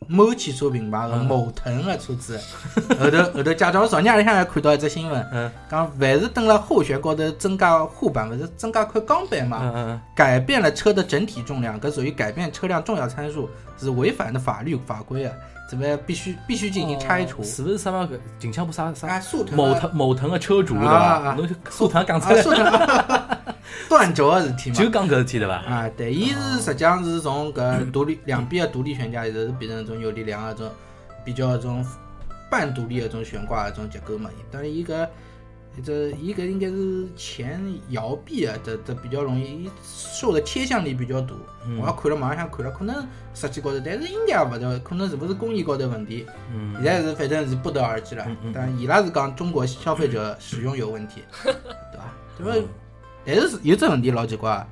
S4: 某汽车品牌个
S2: 嗯
S4: 某腾个车子， 后头后头驾照，我昨日夜里向还看到一只新闻，
S2: 嗯
S4: 讲凡是登了后悬高头增加护板，勿是增加块钢板嘛，
S2: 嗯嗯
S4: 改变了车的整体重量，搿属于改变车辆重要参数，是违反的法律法规啊，这边必须必须进行拆除。
S2: 哦是勿是啥么近腔部啥
S4: 啊，
S2: 啥
S4: 速腾
S2: 某
S4: 啊
S2: 腾某腾个车主对
S4: 啊啊
S2: 伐？
S4: 啊
S2: 侬就速腾讲出
S4: 啊，
S2: 来
S4: 速腾啊， 断桥个事体 嘛。
S2: 就讲搿事体对伐？
S4: 啊，对，伊是实际上是从搿独立两边的独立悬挂，就是变成一种有力量的一种比较一种半独立的一种悬挂的一种结构嘛。当然，伊搿一只伊搿应该是前摇臂啊，这这比较容易，伊受的切向力比较大。我也看了网上看了，可能设计高头，但是应该也勿对，可能是勿是工艺高头问题。现在是反正是不得而知了。但伊拉是讲中国消费者使用有问题，对伐？对伐？但是有只问题老奇怪啊，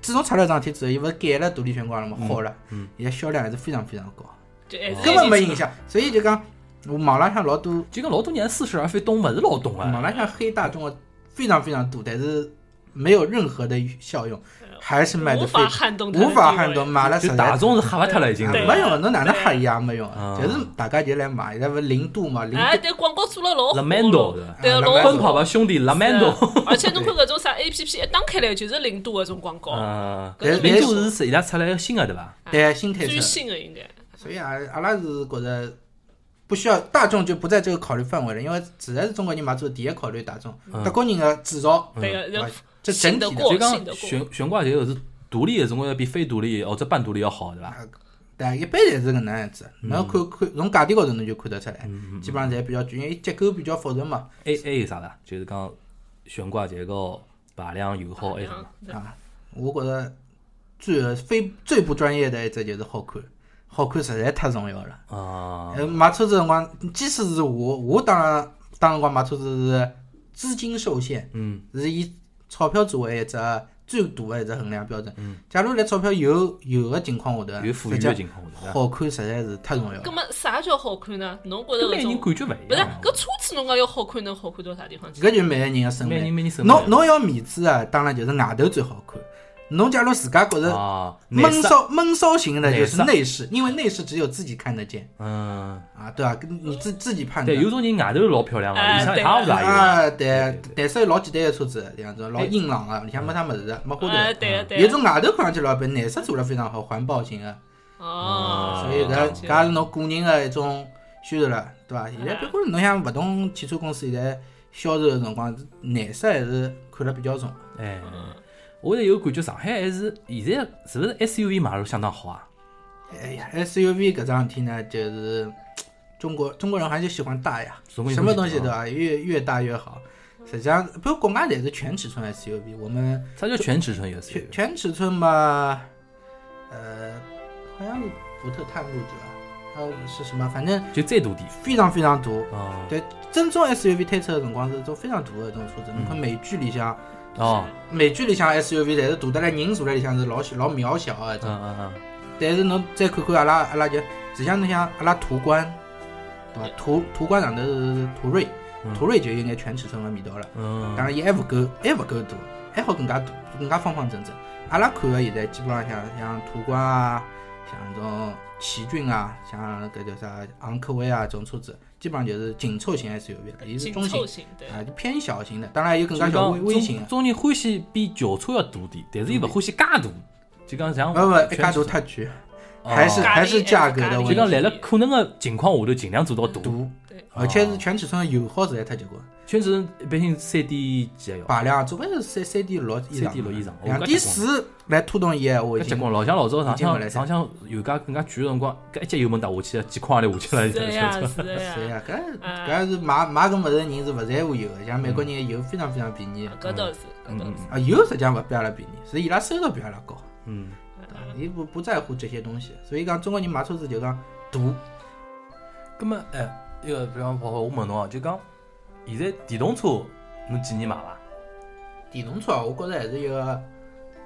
S4: 自从出了桩事体之后，伊勿是改了独立悬挂了嘛，好了，
S2: 嗯
S4: 现在销量还是非常非常高，
S3: 就还是
S4: 根本没影响。所以就讲，我网浪上老多，
S2: 就讲老多人似是而非，懂勿是老懂
S4: 网
S2: 啊。
S4: 浪上黑大众的非常非常多，但是没有任何的效用，还是卖
S3: 无
S4: 的非
S3: 法撼动它的
S4: 无法撼动，
S3: 地位
S4: 买了实
S2: 就
S4: 在
S2: 大众是吓勿脱了已经。
S3: 对
S4: 没用，侬哪能吓伊也没用
S2: 啊，
S4: 就是大家就来买，现在勿是零度嘛，零
S3: 哎，
S4: 度
S3: 对，广告做了老火
S2: Lamando
S3: 了
S2: 的
S3: 对
S4: 啊
S3: 老
S4: ，Lamando
S2: 奔跑吧兄弟，Lamando。
S3: 而且 侬看搿种啥 A P P 一打开来就是零度搿种广
S4: 啊
S3: 告，
S2: 嗯，
S4: 但
S2: 零
S4: 但
S2: 度是是伊拉出来个新个对伐？
S4: 对啊新推
S3: 最
S4: 车。
S3: 新的应该。
S4: 所以啊，阿拉是觉着不需要大众就不在这个考虑范围了，因为自然是中国人买车第一考虑大众，德国人的制造，
S3: 对啊个，
S4: 对
S3: 然
S4: 吧
S3: 后
S4: 这整体
S3: 信
S4: 的
S3: 得过
S2: 就
S3: 信得
S2: 讲
S3: 过
S2: 悬悬挂结构是独立的，总归要比非独立或者半独立要好对伐？
S4: 对，啊一般侪是搿能样子。侬看看从价钿高头侬就看得出来，基本上侪比较贵，因为结构比较复杂嘛。
S2: A A 有啥的？就是讲悬挂结构、排量、油耗，还有啥的？
S3: 对
S4: 啊，我觉着最非最不专业的一只就是好看，好看实在太重要了。
S2: 啊，
S4: 呃，买车子辰光，即使是我，我当然当辰光买车子是资金受限，
S2: 嗯，
S4: 是以钞票作为一只最大的一只衡量标准。嗯，假如在钞票有有的情况下头，
S2: 有富裕的情况下头
S4: 实际好看实在是太重要
S3: 葛
S4: 了。
S3: 么啥叫好看呢？侬觉着
S2: 每个
S3: 搿
S2: 人感
S3: 种
S2: 觉勿
S3: 不
S2: 一
S3: 是
S2: 样。
S3: 搿车子侬讲要好看，能好看到啥地方去？
S4: 搿就是每个人的审
S2: 每人每
S4: 美
S2: 人。审美
S4: 侬侬要面子啊，当然就是外头最好看。侬假如自家觉着
S2: 啊，内
S4: 闷
S2: 饰，
S4: 骚闷骚型的，
S2: 内
S4: 就是
S2: 饰
S4: 内饰，因为内饰只有自己看得见
S2: 嗯，
S4: 啊，对吧？跟你自自己判
S2: 对，
S4: 断。
S2: 有种人外头老漂亮个，
S3: 哎
S2: 里向一塌糊涂也有。
S4: 啊，对，但是老简单的车子，这样子老硬朗啊，里向没啥么子的，没花头
S3: 哎，对个
S4: 的。
S3: 对
S4: 有
S3: 个，
S4: 种外头看上去老白，颜色做了非常好，环保型的，啊
S3: 哦，
S4: 所以搿
S3: 这
S4: 搿也是侬个人的一种宣传了，对伐？现在包括侬像勿同汽车公司现在销售的辰光，颜色还是看了比较重。
S2: 哎，
S3: 嗯
S2: 我现在有感觉，上海还是现在是勿是 S U V 卖路相当好啊？
S4: 哎呀，SUV 搿桩事体呢，就是中国中国人还是喜欢大呀，
S2: 中国人
S4: 什么东
S2: 喜
S4: 西
S2: 欢
S4: 对伐？越越大越好。实际上，不过国外也是全尺寸 SUV，我们。
S2: 它叫全尺寸 S U
S4: 全
S2: V。
S4: 全尺寸嘛，呃，好像是福特探路者，还有是什么？反正
S2: 就再大点
S4: 非常非常大。
S2: 啊
S4: 对，真正 SUV 推出的辰光是一种非常大的一种车子。侬
S2: 嗯
S4: 看美剧里向，
S2: 哦，
S4: 美剧里向 SUV 侪是大得来，人坐辣里向是老小老渺小的一
S2: 嗯
S4: 种。
S2: 嗯嗯，
S4: 但是侬再看看阿拉阿拉就，实际上侬像阿拉途观，对伐？途途观上头是途锐，途锐就有眼全尺寸的味道了。
S2: 嗯，
S4: 当然伊还勿够，还勿够大，还好更加大，更加方方正正。阿拉看个现在基本上像像途观啊，像这种奇骏啊，像搿叫啥昂科威啊这种车子，基本上就是紧凑型 SUV 了，伊是
S3: 紧
S4: 中型
S3: 凑型，对，
S2: 哎
S4: 啊，就偏小型的，当然也有更
S2: 就
S4: 加
S2: 讲
S4: 小微微
S2: 中
S4: 型的。啊
S2: 中人欢喜比轿车要大点，但是伊勿欢喜介大，就讲像
S4: 勿勿，一家
S2: 全
S4: 大
S2: 尺寸
S4: 太贵，还是
S2: 哦
S4: 还是价格
S3: 咖
S4: 的
S3: 喱
S2: 就
S4: 问
S2: 讲
S4: 题。
S2: 辣辣可能个情况下头，尽量做到大
S4: 大。，
S3: 对，
S4: 而且是全尺寸的油耗实在太结棍，
S2: 全尺寸一般性三点几要，
S4: 排量总归是三三点六以上，
S2: 3.6以上
S4: 两
S2: 哦搿结
S4: 点
S2: 棍
S4: 四来推动伊的闲话已
S2: 搿结
S4: 经
S2: 棍老像老早上
S4: 已经勿来
S2: 向上
S4: 塞
S2: 向油价更加贵个辰光，搿一节油门踏下去，几块钿下
S3: 是
S2: 去
S3: 的
S2: 了，
S3: 呀，
S2: 就是
S3: 的
S4: 是
S3: 呀，
S4: 呀，搿
S3: 啊
S4: 搿是买买搿物事的人是勿在乎油的，像美国人的油非常非常便宜的，
S3: 搿倒是，搿倒
S2: 嗯
S3: 是，
S4: 啊油实际上勿比阿拉便宜，是伊拉收入比阿拉高，
S2: 嗯，
S4: 对伐？伊不不在乎这些东西，所以讲中国人买车子就讲大，
S2: 葛末哎，一个比方跑跑，我问侬哦，就讲现在电动车侬几年买伐？
S4: 电动车啊我觉着还是一个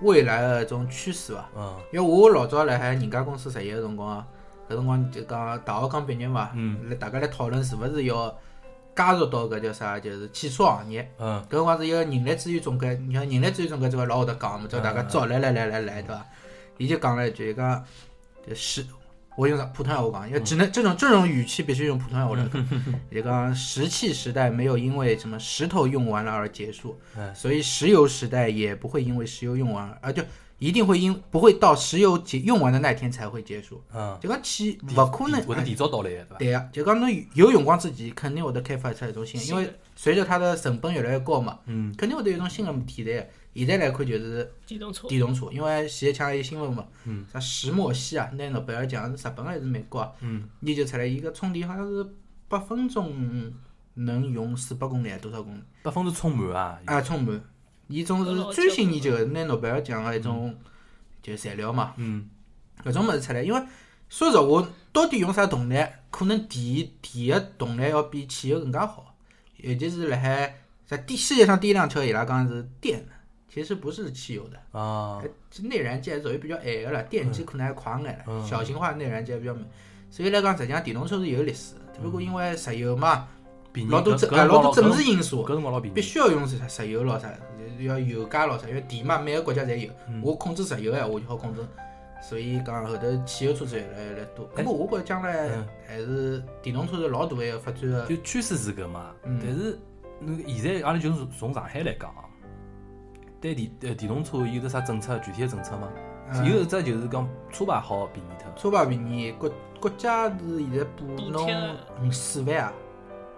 S4: 未来的一种趋势伐。
S2: 嗯
S4: 因为我老早辣海人家公司实习个辰光啊，搿辰光就讲大学刚毕业嘛，
S2: 嗯
S4: 来大家来讨论是勿是要加入到搿叫啥，就是汽车行业。
S2: 嗯
S4: 搿辰光是一个人力资源总监，你看人力资源总监这个老会得讲嘛，叫大家招来来来来来，对伐？伊就讲了一句，伊讲就是我用普通话讲，因为只能这种这种语气必须用普通话来讲。伊讲石器时代没有因为什么石头用完了而结束，
S2: 嗯
S4: 所以石油时代也不会因为石油用完而啊，就一定会因不会到石油结用完的那天才会结束。
S2: 嗯，
S4: 就讲气勿可能哎
S2: 会得提早到来个对伐？
S4: 对呀、就讲侬有辰光之前，肯定会得开发出一种新，
S3: 是
S4: 因
S3: 的
S4: 为随着它的成本越来越高嘛，
S2: 嗯，
S4: 肯定会得有一种新的替代。啊现在来看就是
S3: 电动车，
S4: 电动车，因为前一抢有新闻嘛
S2: 嗯，
S4: 啥石墨烯啊，拿诺贝尔奖是日本还是美国啊？
S2: 嗯，
S4: 研究出来一个充电好像是八分钟能用四百公里还是多少公里
S2: 百分之充满啊，
S4: 啊？充满，伊种
S2: 哦
S4: 是最新研究的拿诺贝尔奖的一种就材料嘛，
S2: 嗯，
S4: 搿种物事出来，因为说实话，到底用啥动力，可能电电个动力要比汽油更加好，尤其是辣海在第世界上第一辆车，伊拉讲是电的，其实不是汽油的。
S2: 啊，
S4: 呃这内燃机还是属于比较矮个了，电机可能还快眼了，
S2: 嗯
S4: 小型化内燃机还比较慢。所以来讲，实际上电动车是有历史的，只不过因为石油嘛，
S2: 便宜
S4: 老多
S2: 嗯搿
S4: 政呃
S2: 搿辰
S4: 老
S2: 光
S4: 多政治
S2: 搿
S4: 因素
S2: 搿，辰光老便
S4: 必
S2: 宜，
S4: 须要用石石油咯啥，要油价咯啥，因为电嘛，每个国家侪有。
S2: 嗯
S4: 我控制石油哎，我就好控制。所以讲后头汽油车子越来越来越多。
S2: 哎
S4: 不过我觉着将来
S2: 嗯
S4: 还是电动车是老大一个发展的。
S2: 就趋势是搿嘛。
S4: 嗯
S2: 但是那个现在阿拉就是从从上海来讲啊，对电呃电动车有得啥政策？具体的政策吗？
S4: 嗯
S2: 有一只就是讲车牌好便宜脱，
S4: 车牌便宜，国国家是现在补
S3: 补
S4: 侬
S3: 贴
S4: 嗯四万啊，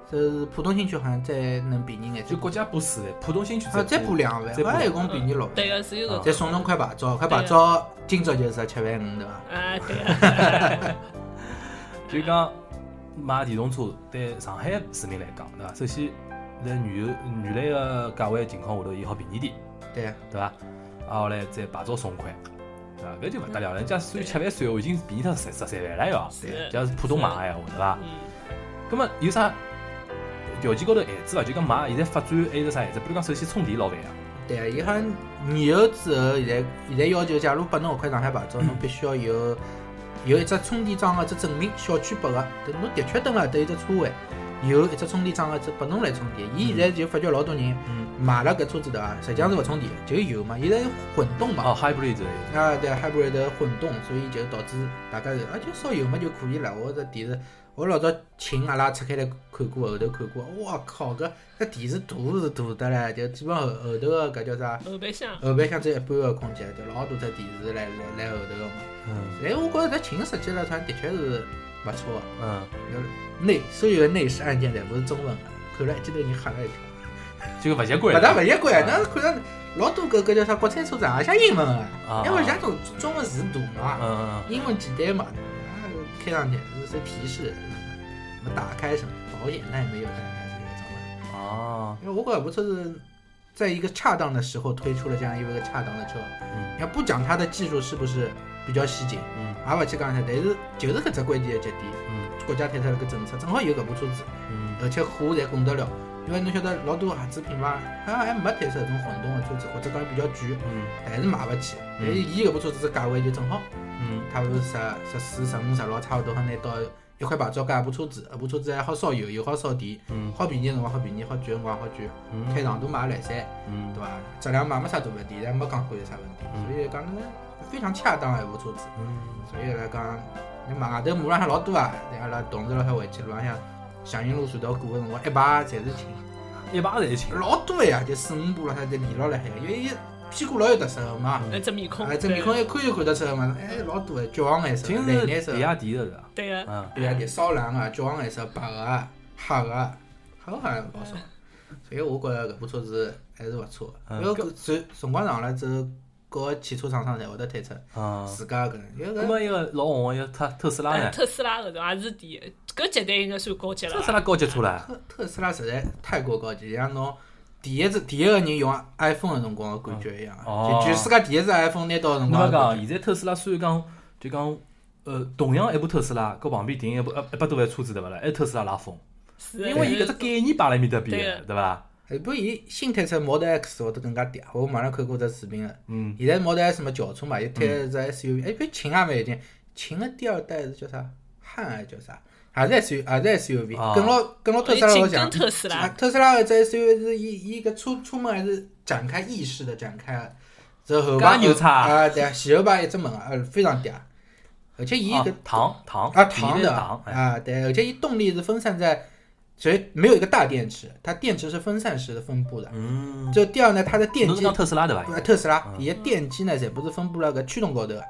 S4: 这是浦东新区好像再能便宜眼，
S2: 就国家补四万，浦东新区
S4: 啊再补
S2: 补
S4: 两万，
S2: 再补嗯
S4: 好像一共便宜六
S3: 嗯对啊
S4: 万，
S3: 个是
S2: 啊
S3: 有搿种，
S4: 再送侬块牌照，块牌照今朝就是十七万五对伐？
S3: 啊对个，
S2: 就讲买电动车，对上海市民来讲，对伐？首先在原有原来个价位情况下头，伊好便宜点，
S4: 对，
S2: 对伐？啊，后来再牌照送块，对伐？搿就勿得了了，人家算七万哦算，我已经便宜脱十十三万了哟。
S3: 是，
S2: 假如是浦东买个闲话，对伐？
S3: 嗯，
S2: 葛么有啥条件高头限制伐？就讲买现在发展还有啥限制？比如讲，首先充电老烦啊，
S4: 对啊，伊好像年后之后，现在现在要求，假如拨侬搿块上海牌照，侬必须要有有一只充电桩个只证明，小区拨个，等侬的确蹲辣搿搭有只车位，有一只充电桩个只拨侬来充电。伊现在就发觉老多人
S2: 嗯
S4: 买了搿车子对伐，实际上是勿充电，就油嘛，现在有混动嘛。
S2: 哦，hybrid 之类的
S4: 啊，对，hybrid 混动，所以就导致大家是啊，就烧油嘛就可以了。我这电视，我老早请阿拉拆开来看过，后头看过，哇靠，搿搿电视大是大的唻，就基本上后后头个搿叫啥？
S3: 后备箱，
S4: 后备箱只有一半个空间，就老大只电视来来来后头个嘛。
S2: 嗯
S4: 哎，我觉着搿琴设计了，它的确是勿错个。
S2: 嗯，
S4: 内所有的内饰按键侪勿是中文个，看了一记头人吓了一跳。
S2: 就勿习
S4: 勿
S2: 惯
S4: 大
S2: 了
S4: 勿习惯，啊那看到老多搿搿叫啥国产车展也像英文
S2: 啊
S4: 个，因为像种中文字大嘛。
S2: 嗯嗯
S4: 英文简单嘛，啊，开上去是是提示，什么打开什么保险，那也没有打开这个中文。
S2: 嗯，哦，
S4: 因为我感觉不错是在一个恰当的时候推出了这样一个恰当的车，
S2: 嗯
S4: 你要不讲它的技术是不是比较先进，
S2: 嗯
S4: 也勿去讲它，但是就是搿只关键的节点，
S2: 嗯
S4: 国家推出了个政策，正好有搿部车子，
S2: 嗯
S4: 而且货侪供得了。因为侬晓得老多合资品牌，啊还没推出搿种混动的车子，或者讲比较贵，
S2: 嗯
S4: 还是买勿起。但是伊搿部车子这价位就正好。
S2: 嗯
S4: 差不多十十四、十五、十六，差不多好拿到一块牌照加一部车子，一部车子还好烧油，又好烧电，
S2: 嗯
S4: 好便宜的辰光好便宜，好贵的辰光好贵，
S2: 嗯，
S4: 开长途买也来塞，
S2: 嗯
S4: 对伐？质量嘛没啥大问题，但没讲过有啥问题，所以讲呢非常恰当的一部车子。
S2: 嗯
S4: 所以来讲，你买外头马路浪向老多啊，对阿拉同事辣海回去路浪向祥云路隧道过个辰光，一排侪是停，
S2: 一排侪请，
S4: 老多个呀，就四五部浪向侪连牢辣海，因为伊屁股老有特色个嘛。
S3: 那只面孔，
S4: 啊，
S2: 哎
S4: 这面孔一看就看得出来嘛，哎，老多的，橘黄颜色、
S2: 请
S4: 蓝颜
S2: 是
S4: 色
S2: 比。亚迪的是吧？
S3: 对啊个，
S2: 嗯
S4: 对呀，你烧啊蓝个、橘黄颜色、白个、黑个，黑个好像老少。所以我觉着搿部车子还是勿错的，
S2: 嗯
S4: 因为搿辰辰光长了之后，各个汽车厂商侪会得推出
S2: 嗯，
S4: 自家搿能，因为
S2: 那
S4: 搿
S2: 么一个老红的一个特特斯拉
S3: 啊
S2: 呢？
S3: 特斯拉搿种也是第，搿绝对应该算高级了
S2: 特。斯拉高级车了，
S4: 特特斯拉实在太过高级，像侬第一次第一个人用 iPhone 个辰光个感觉一样，啊
S2: 哦
S4: 就全世界第一只 iPhone 拿到个
S2: 侬
S4: 辰光
S2: 勿
S4: 的感
S2: 讲，
S4: 觉。
S2: 现在特斯拉虽然讲就讲呃，同样一部特斯拉，搿旁边停一部一一百多万车子对勿啦？还特斯拉拉风，
S3: 是啊的
S2: 因为伊搿只概念摆辣埃面搭边
S3: 对
S2: 的
S3: 的，
S2: 对伐？
S4: 还哎不伊新推出 Model X 会得更加嗲，我马上看过只视频个。
S2: 嗯，
S4: 现在 Model S 嘛，轿车嘛，伊推了只 SUV，哎，比秦也蛮有劲。秦的第二代是叫啥？汉还是叫啥？也是 SUV，也是 SUV，
S2: 啊
S4: 跟牢跟牢特斯拉
S3: 紧
S4: 老
S3: 跟
S4: 像。
S3: 特斯
S4: 啊
S3: 拉，
S4: 特斯拉的只 SUV 是伊伊个出出门还是展开意识的展开的，这后排
S2: 搿也牛叉
S4: 啊，对啊，前后排一只门啊，呃非常嗲，而且伊
S2: 啊
S4: 个
S2: 糖糖
S4: 啊
S2: 糖
S4: 糖
S2: 的
S4: 的
S2: 糖，哎
S4: 啊，对，而且伊动力是分散在，所以没有一个大电池，它电池是分散式的分布的。
S2: 嗯，
S4: 就第二呢，它的电
S2: 侬是
S4: 机
S2: 讲特斯拉对伐？
S4: 呃，特斯拉
S2: 嗯
S4: 伊个电机呢，侪不是分布辣搿驱动高头个，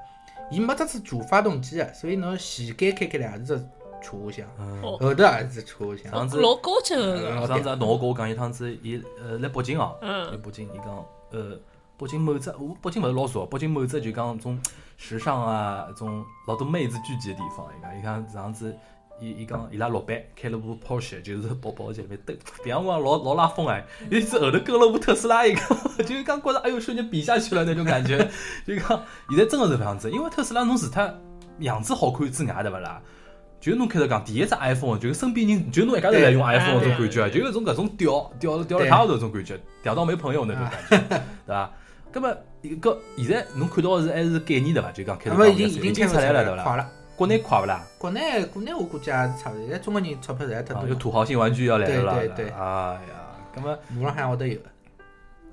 S4: 伊没只是主发动机个，所以侬前盖开开来也是只储物箱，
S2: 嗯
S3: 哦
S4: 后头也是只储物箱。
S2: 上次
S3: 老高级个，
S2: 嗯
S4: 呃
S2: 上次也同学跟我讲一趟子，伊呃来北京哦，来
S3: 嗯，
S2: 北京伊讲呃北京某只，我北京勿是老少，北京某只就讲种时尚啊，种老多妹子聚集的地方。伊讲，伊讲上次，伊伊讲伊拉老板开了部 Porsche，就是跑跑去里面蹬，别个辰光老老拉风哎，有一次后头跟了部特斯拉一个，就是讲 觉着哎哟瞬间比下去了那种感觉， 就讲现在真的是这样子，因为特斯拉侬除脱样子好看之外，对勿啦？就侬开头讲第一只 iPhone，就是身边人就侬一家头在用
S4: 对
S2: iPhone
S3: 哎
S2: 那种感觉，就有一种搿种屌屌屌了
S4: 对
S2: 他头那种感觉，屌到没朋友那种感觉，对伐？那么一个现在侬看到的是还是概念对伐？就讲开
S4: 那
S2: 头
S4: 么
S2: 讲
S4: 已经
S2: 已
S4: 已
S2: 经
S4: 经
S2: 出
S4: 出
S2: 来了
S4: 了，
S2: 对伐？
S4: 快了。
S2: 国内快勿啦？
S4: 国内国内我估计也是差勿多，现在中国人钞票实在太
S2: 啊
S4: 多
S2: 有
S4: 了，
S2: 土豪性玩具要来了啦！
S4: 对对对
S2: 哎呀，那么
S4: 马路上会得有的，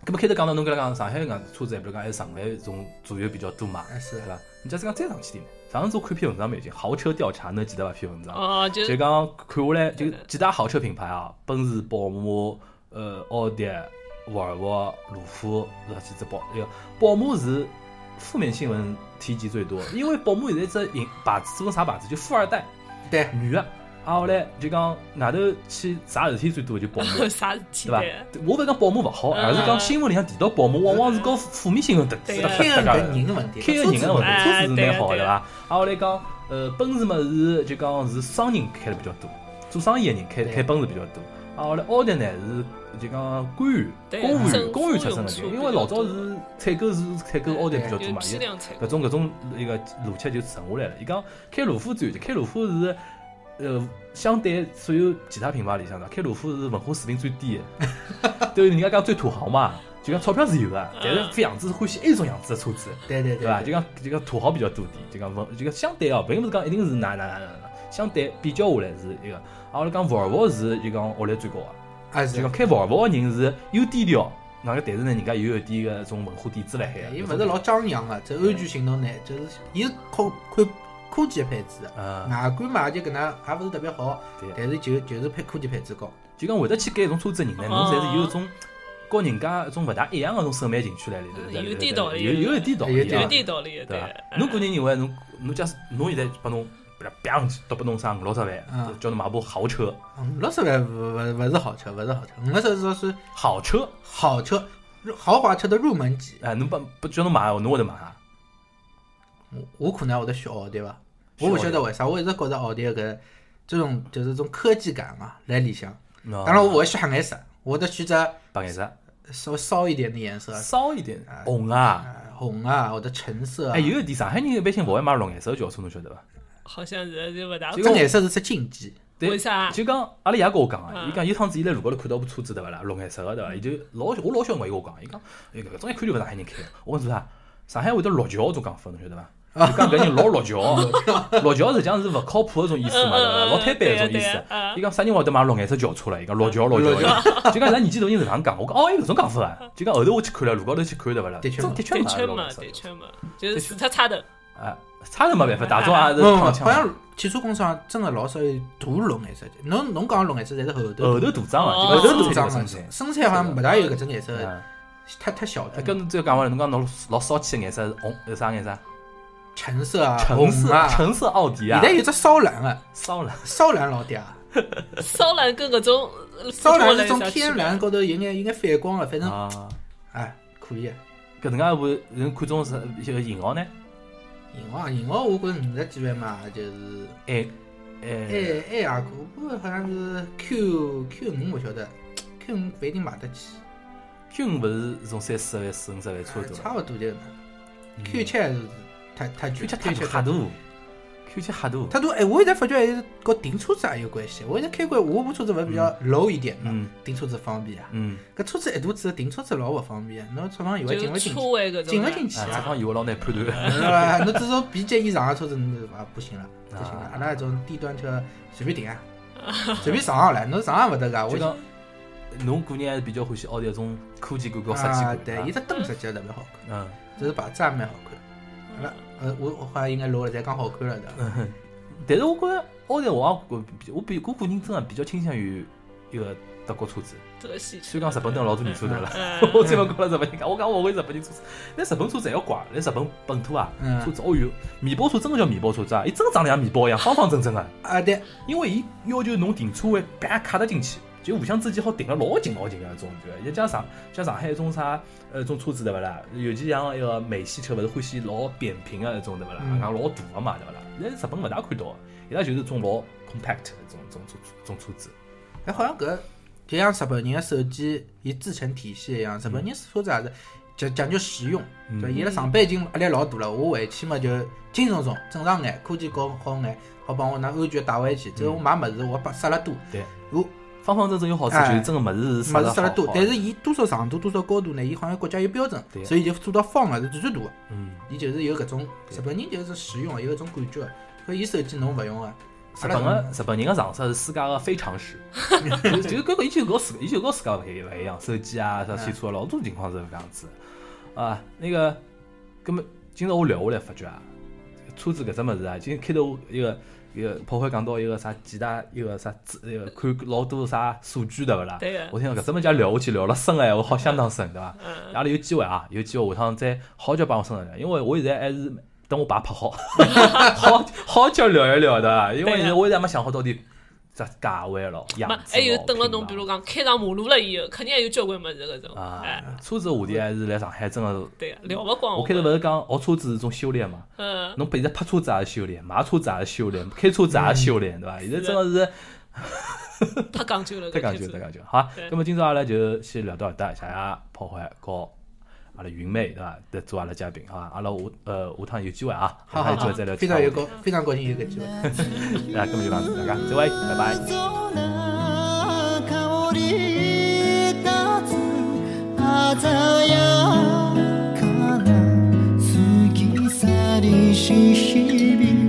S2: 那么开头讲到侬跟他讲上海讲车子，比如讲还是上海这种左右比较多嘛，
S4: 还是
S2: 对伐？你假使讲再上去点呢？上次我看篇文章蛮有劲，豪车调查，侬记得伐？篇文章。
S3: 哦，就
S2: 就讲看下来，就
S3: 对的
S2: 几大豪车品牌啊，奔驰、宝马、呃，奥迪、沃尔沃、鲁夫，这几只宝，哎呦，宝马是负面新闻提及最多，因为宝马现在只引牌子做成啥牌子，就富二代
S4: 对，
S2: 女的，啊后来就讲外头去啥事体最多就 宝马。
S3: 啥事体
S2: 对伐？我勿是讲宝马勿好，而是讲新闻里向提到宝马，往往是搞负面新闻搭搭
S3: 对
S2: 搭
S4: 开个
S2: 搭
S4: 搿
S2: 搭
S4: 人的问题，
S2: 开个
S4: 车
S2: 人
S4: 子
S2: 的问
S4: 问
S2: 题，
S4: 题，
S2: 车
S3: 哎
S2: 子是
S3: 对
S2: 蛮
S3: 啊
S2: 好的，
S3: 对
S2: 对伐？啊，我来讲，呃，奔驰么是就讲是商人开的比较多，做生意的人开
S4: 对
S2: 开奔驰比较多。啊，我来奥迪呢是就讲官员、
S3: 对啊
S2: 公务
S3: 政
S2: 员、
S3: 府
S2: 公务员出身
S3: 用
S2: 的
S3: 车
S2: 人，因
S3: 比
S2: 为
S3: 较
S2: 老早
S3: 多
S2: 是采购是采购奥迪比较多
S3: 就
S2: 嘛，
S3: 批
S2: 伊
S3: 量采购
S2: 搿种搿种一个逻辑就存下来了。伊讲开路虎最有劲，开路虎是呃相对所有其他品牌里向的，开路虎是文化水平最低的， 对人家讲最土豪嘛，就讲钞票是有的，但
S3: 嗯
S2: 是这样子是欢喜埃种样子的车子。
S4: 对对
S2: 对伐？
S4: 对
S2: 就讲就讲土豪比较多点，就讲文就讲相对哦，并不是讲一定是哪哪哪哪哪，相对比较下来是一个。啊，我来讲沃尔沃是就讲学历最高啊，
S4: 还
S2: 就是讲。开沃尔沃的人是有低调，那个但是呢，人家又有一点个种文化底子辣海的。
S4: 伊哎勿是老张扬个，这安全性能呢，就是伊是靠看科技的配置的，
S2: 嗯，
S4: 外观嘛也就搿能，也勿是特别好，
S2: 对，
S4: 但是就就是配科技配置高。
S2: 就讲会得去改种车子的人呢，侬侪是有一种。和人家一种勿大一样个种审美情趣来里头，
S3: 嗯有
S2: 对对
S3: 点
S2: 对
S3: 道理
S2: 有有一点道理
S4: 有
S2: 啊，
S3: 有点道理的，
S2: 对啊伐
S3: 伐？？
S2: 侬个人认为，侬侬假使侬现在拨侬，不然啪都拨侬啥五六十万，
S4: 嗯
S2: 叫侬买部豪车，
S4: 五六十万勿勿勿是好车，勿是好车，五六十万是
S2: 好车，
S4: 好车，豪华车的入门级。
S2: 哎，侬把不叫侬买，侬会得买啊？
S4: 我我可能会得选奥迪伐，
S2: 选
S4: 我
S2: 奥
S4: 勿
S2: 迪
S4: 晓得为啥，我一直觉着奥迪搿这种就是这种科技感啊来里向。
S2: 当
S4: 当然我会选黑颜色，我会得选只
S2: 白颜色，
S4: 稍骚一点的颜色，
S2: 骚一点
S4: 哎，
S2: 红啊。
S4: 呃红啊或者橙色啊。
S2: 哎，有一点，上海人一般性勿会买绿颜色的轿车，侬晓得伐？
S3: 哎好像是就勿大
S2: 这
S4: 这颜色是只禁忌。
S2: 对
S3: 为啥啊
S2: 就讲阿拉爷跟我讲啊，
S3: 嗯
S2: 伊讲有趟子伊在路高头看到部车子对伐啦，绿颜色个对伐？伊就老我老小辰光伊跟我讲，伊讲哎搿种一看就勿是上海人开的。我讲是啥？上海会得落桥这种讲法，侬晓 得伐？就讲搿人老落桥，落桥实际上是勿靠谱的一种意思嘛，对伐？
S3: 嗯嗯嗯
S2: 老摊板的一种
S3: 对
S2: 意
S3: 呀
S2: 思
S3: 对呀。嗯
S2: 伊讲啥人会得买绿颜色轿车了？伊讲落桥落桥， 就讲咱年纪大人是这样讲，我讲哦，有搿种讲法啊。就讲后头我去看了，路高头去看对伐啦？
S4: 的确
S2: 真
S4: 嘛
S2: 的确
S3: 对
S2: 买
S3: 圈
S2: 绿颜
S3: 嘛，
S2: 色
S3: 对
S2: 的。
S3: 圈嘛，就是死叉叉的，
S2: 啊，差是没办法，大众也是
S4: 嗯，好
S2: 躺枪。
S4: 像汽车工厂真的老少有大绿颜色的。侬侬讲绿颜色，侪是后头
S2: 后头大张啊，
S3: 哦
S2: 就讲
S4: 头大张
S2: 生
S4: 的
S2: 产。
S4: 生产好像没大有搿只颜色的，
S2: 啊，
S4: 太太小
S2: 哎，
S4: 众
S2: 跟
S4: 了。
S2: 侬再讲完了，侬讲侬老骚气的颜色是红，有啥颜色？
S4: 橙色啊，
S2: 橙
S4: 红
S2: 色，
S4: 啊。
S2: 橙色奥迪啊
S4: 现在，有只骚蓝的，
S2: 骚了。
S4: 骚蓝老嗲，
S3: 骚兰跟搿种呃
S4: 骚蓝
S3: 普通
S4: 是
S3: 人
S4: 种
S3: 啥区别
S4: 天蓝高头有眼有眼反光的，反正
S2: 啊，
S4: 哎可以的。
S2: 搿能介会人看中是呃银行呢？
S4: 银行啊银行，我觉着五十几万嘛，就是
S2: 哎
S4: A
S2: 哎，
S4: A 啊，不过好像是 Q Q 五，我晓得 Q 五不一定买得起，
S2: 均勿是从三四十万、四五十万差
S4: 哎
S2: 不多
S4: 差
S2: 了。
S4: 不多就是那。Q 七还是太太
S2: 嗯，Q
S4: 贵
S2: 七太
S4: ，Q7
S2: 吓大，Q 七吓大。
S4: 太多哎，我现在发觉还是跟停车子也有关系。我现在开过，我部车子勿是比较 low 一点嘛
S2: 嗯，
S4: 停车子方便啊。
S2: 嗯，
S4: 搿车子一大之后停车子老勿方便，侬车房以外进勿
S3: 就是
S4: 进
S3: 车
S4: 去，
S3: 位搿种的，
S4: 进勿进去
S2: 啊，这
S4: 啊。
S2: 方有我老难判断。
S4: 是吧 侬至少 B 级以上的车子侬就啊不行了，不行
S2: 啊
S4: 了。阿拉这种低端车随便停啊，随便上上来，侬上也勿得噶。我
S2: 就讲，啊侬个人还是比较欢喜奥迪这种科技感和设计
S4: 啊，
S2: 感。
S4: 对，伊只灯设计得特别好看，
S2: 嗯，
S4: 这是牌子也蛮好看。
S3: 嗯
S4: 阿拉呃，我我好像应该落了，才讲好看了的。
S2: 嗯 但是我觉着奥迪我也比我比我个人真的比较倾向于一个德国车子，
S3: 这个戏
S2: 虽然讲日本灯老多年数头了。
S3: 嗯
S2: 我专门跟了日本人讲，我讲我会日本人车子，那日本车子还要怪，那日本本土啊，
S4: 嗯
S2: 车子哦哟，面包车真的叫面包车子啊，伊真的长得像面包一样，方方正正的，
S4: 啊，对，
S2: 因为伊要求侬停车位啪卡得进去，就互相之间好停了老近老近个种感觉。也像上像上海一种啥呃一种车子对勿啦？尤其像一个美系车勿是欢喜老扁平个一种对勿啦？
S4: 嗯
S2: 讲老大个嘛对勿啦？现在日本勿大看到，伊拉就是种老 compact 的种种车种车子。
S4: 哎，好像搿就像日本人的手机，伊制成体系一样，日本人车子也是讲讲究实用，
S2: 嗯
S4: 对，伊拉上班已经压力老大了，我回去嘛就轻松松、正常眼，科技高好眼，好帮我拿安全带回去。只要我买物事，我把塞了多，
S2: 对，
S4: 我
S2: 方方正正有好处，就
S4: 哎
S2: 是真个物事
S4: 物事塞
S2: 了
S4: 了多，但是伊多少长度、多少高度呢？伊好像国家有标准，
S2: 对
S4: 所以就做到方个是最最大的。
S2: 嗯，
S4: 伊就是有搿种日本人就是实用的，有搿种感觉的。搿伊手机侬勿用啊个，
S2: 日本个日本人个常识是世界个非常 识，就就是搿个伊就搿世伊就搿世界勿一勿一样，手机啊啥汽车啊老多情况是搿样子的啊。那个，葛末今朝我聊下来发觉啊，车子搿只物事啊，今天开头一个一个炮灰讲到一个啥几大一个啥资一个看老多啥数据对勿啦？
S3: 对个，
S2: 我听到搿只物事聊下去聊了深个闲话，好相当深对伐？
S3: 嗯，
S2: 阿拉有机会啊，有机会下趟再好叫帮我商量，因为我现在还是等我爸拍好，好好叫聊一聊的，因为现在我现在还没想好到底咋价位了，样
S3: 没，
S2: 子咯
S3: 还哎有等了侬，比
S2: 品
S3: 如
S2: 牌
S3: 讲开上马路了以后，肯定还有交关物事搿种，哎，
S2: 啊，车子话题还是来上海真的是，
S3: 对个，聊勿光。
S2: 我开头勿是讲学车子是一种修炼嘛，
S3: 嗯，
S2: 侬现在拍车子也是修炼，买车子也是修炼，开车子也是修炼，对伐？现在真的是。
S3: 太讲究了，
S2: 太
S3: 搿
S2: 讲
S3: 开
S2: 究，
S3: 车
S2: 太讲究。好啊
S3: 对，
S2: 那么今朝阿拉就先聊到搿搭，谢谢炮灰和阿拉云妹对伐？来做阿拉嘉宾好伐？阿拉下呃下趟有机会啊，下
S4: 好
S2: 趟
S4: 好
S2: 有机
S4: 好
S2: 会再聊，其
S4: 非常
S2: 他
S4: 有
S2: 话题
S4: 高，非常高兴有搿机会。
S2: 啊，咁就讲大家，再会，拜拜。
S5: 青空香り立つ鮮やかな過ぎ去りし日々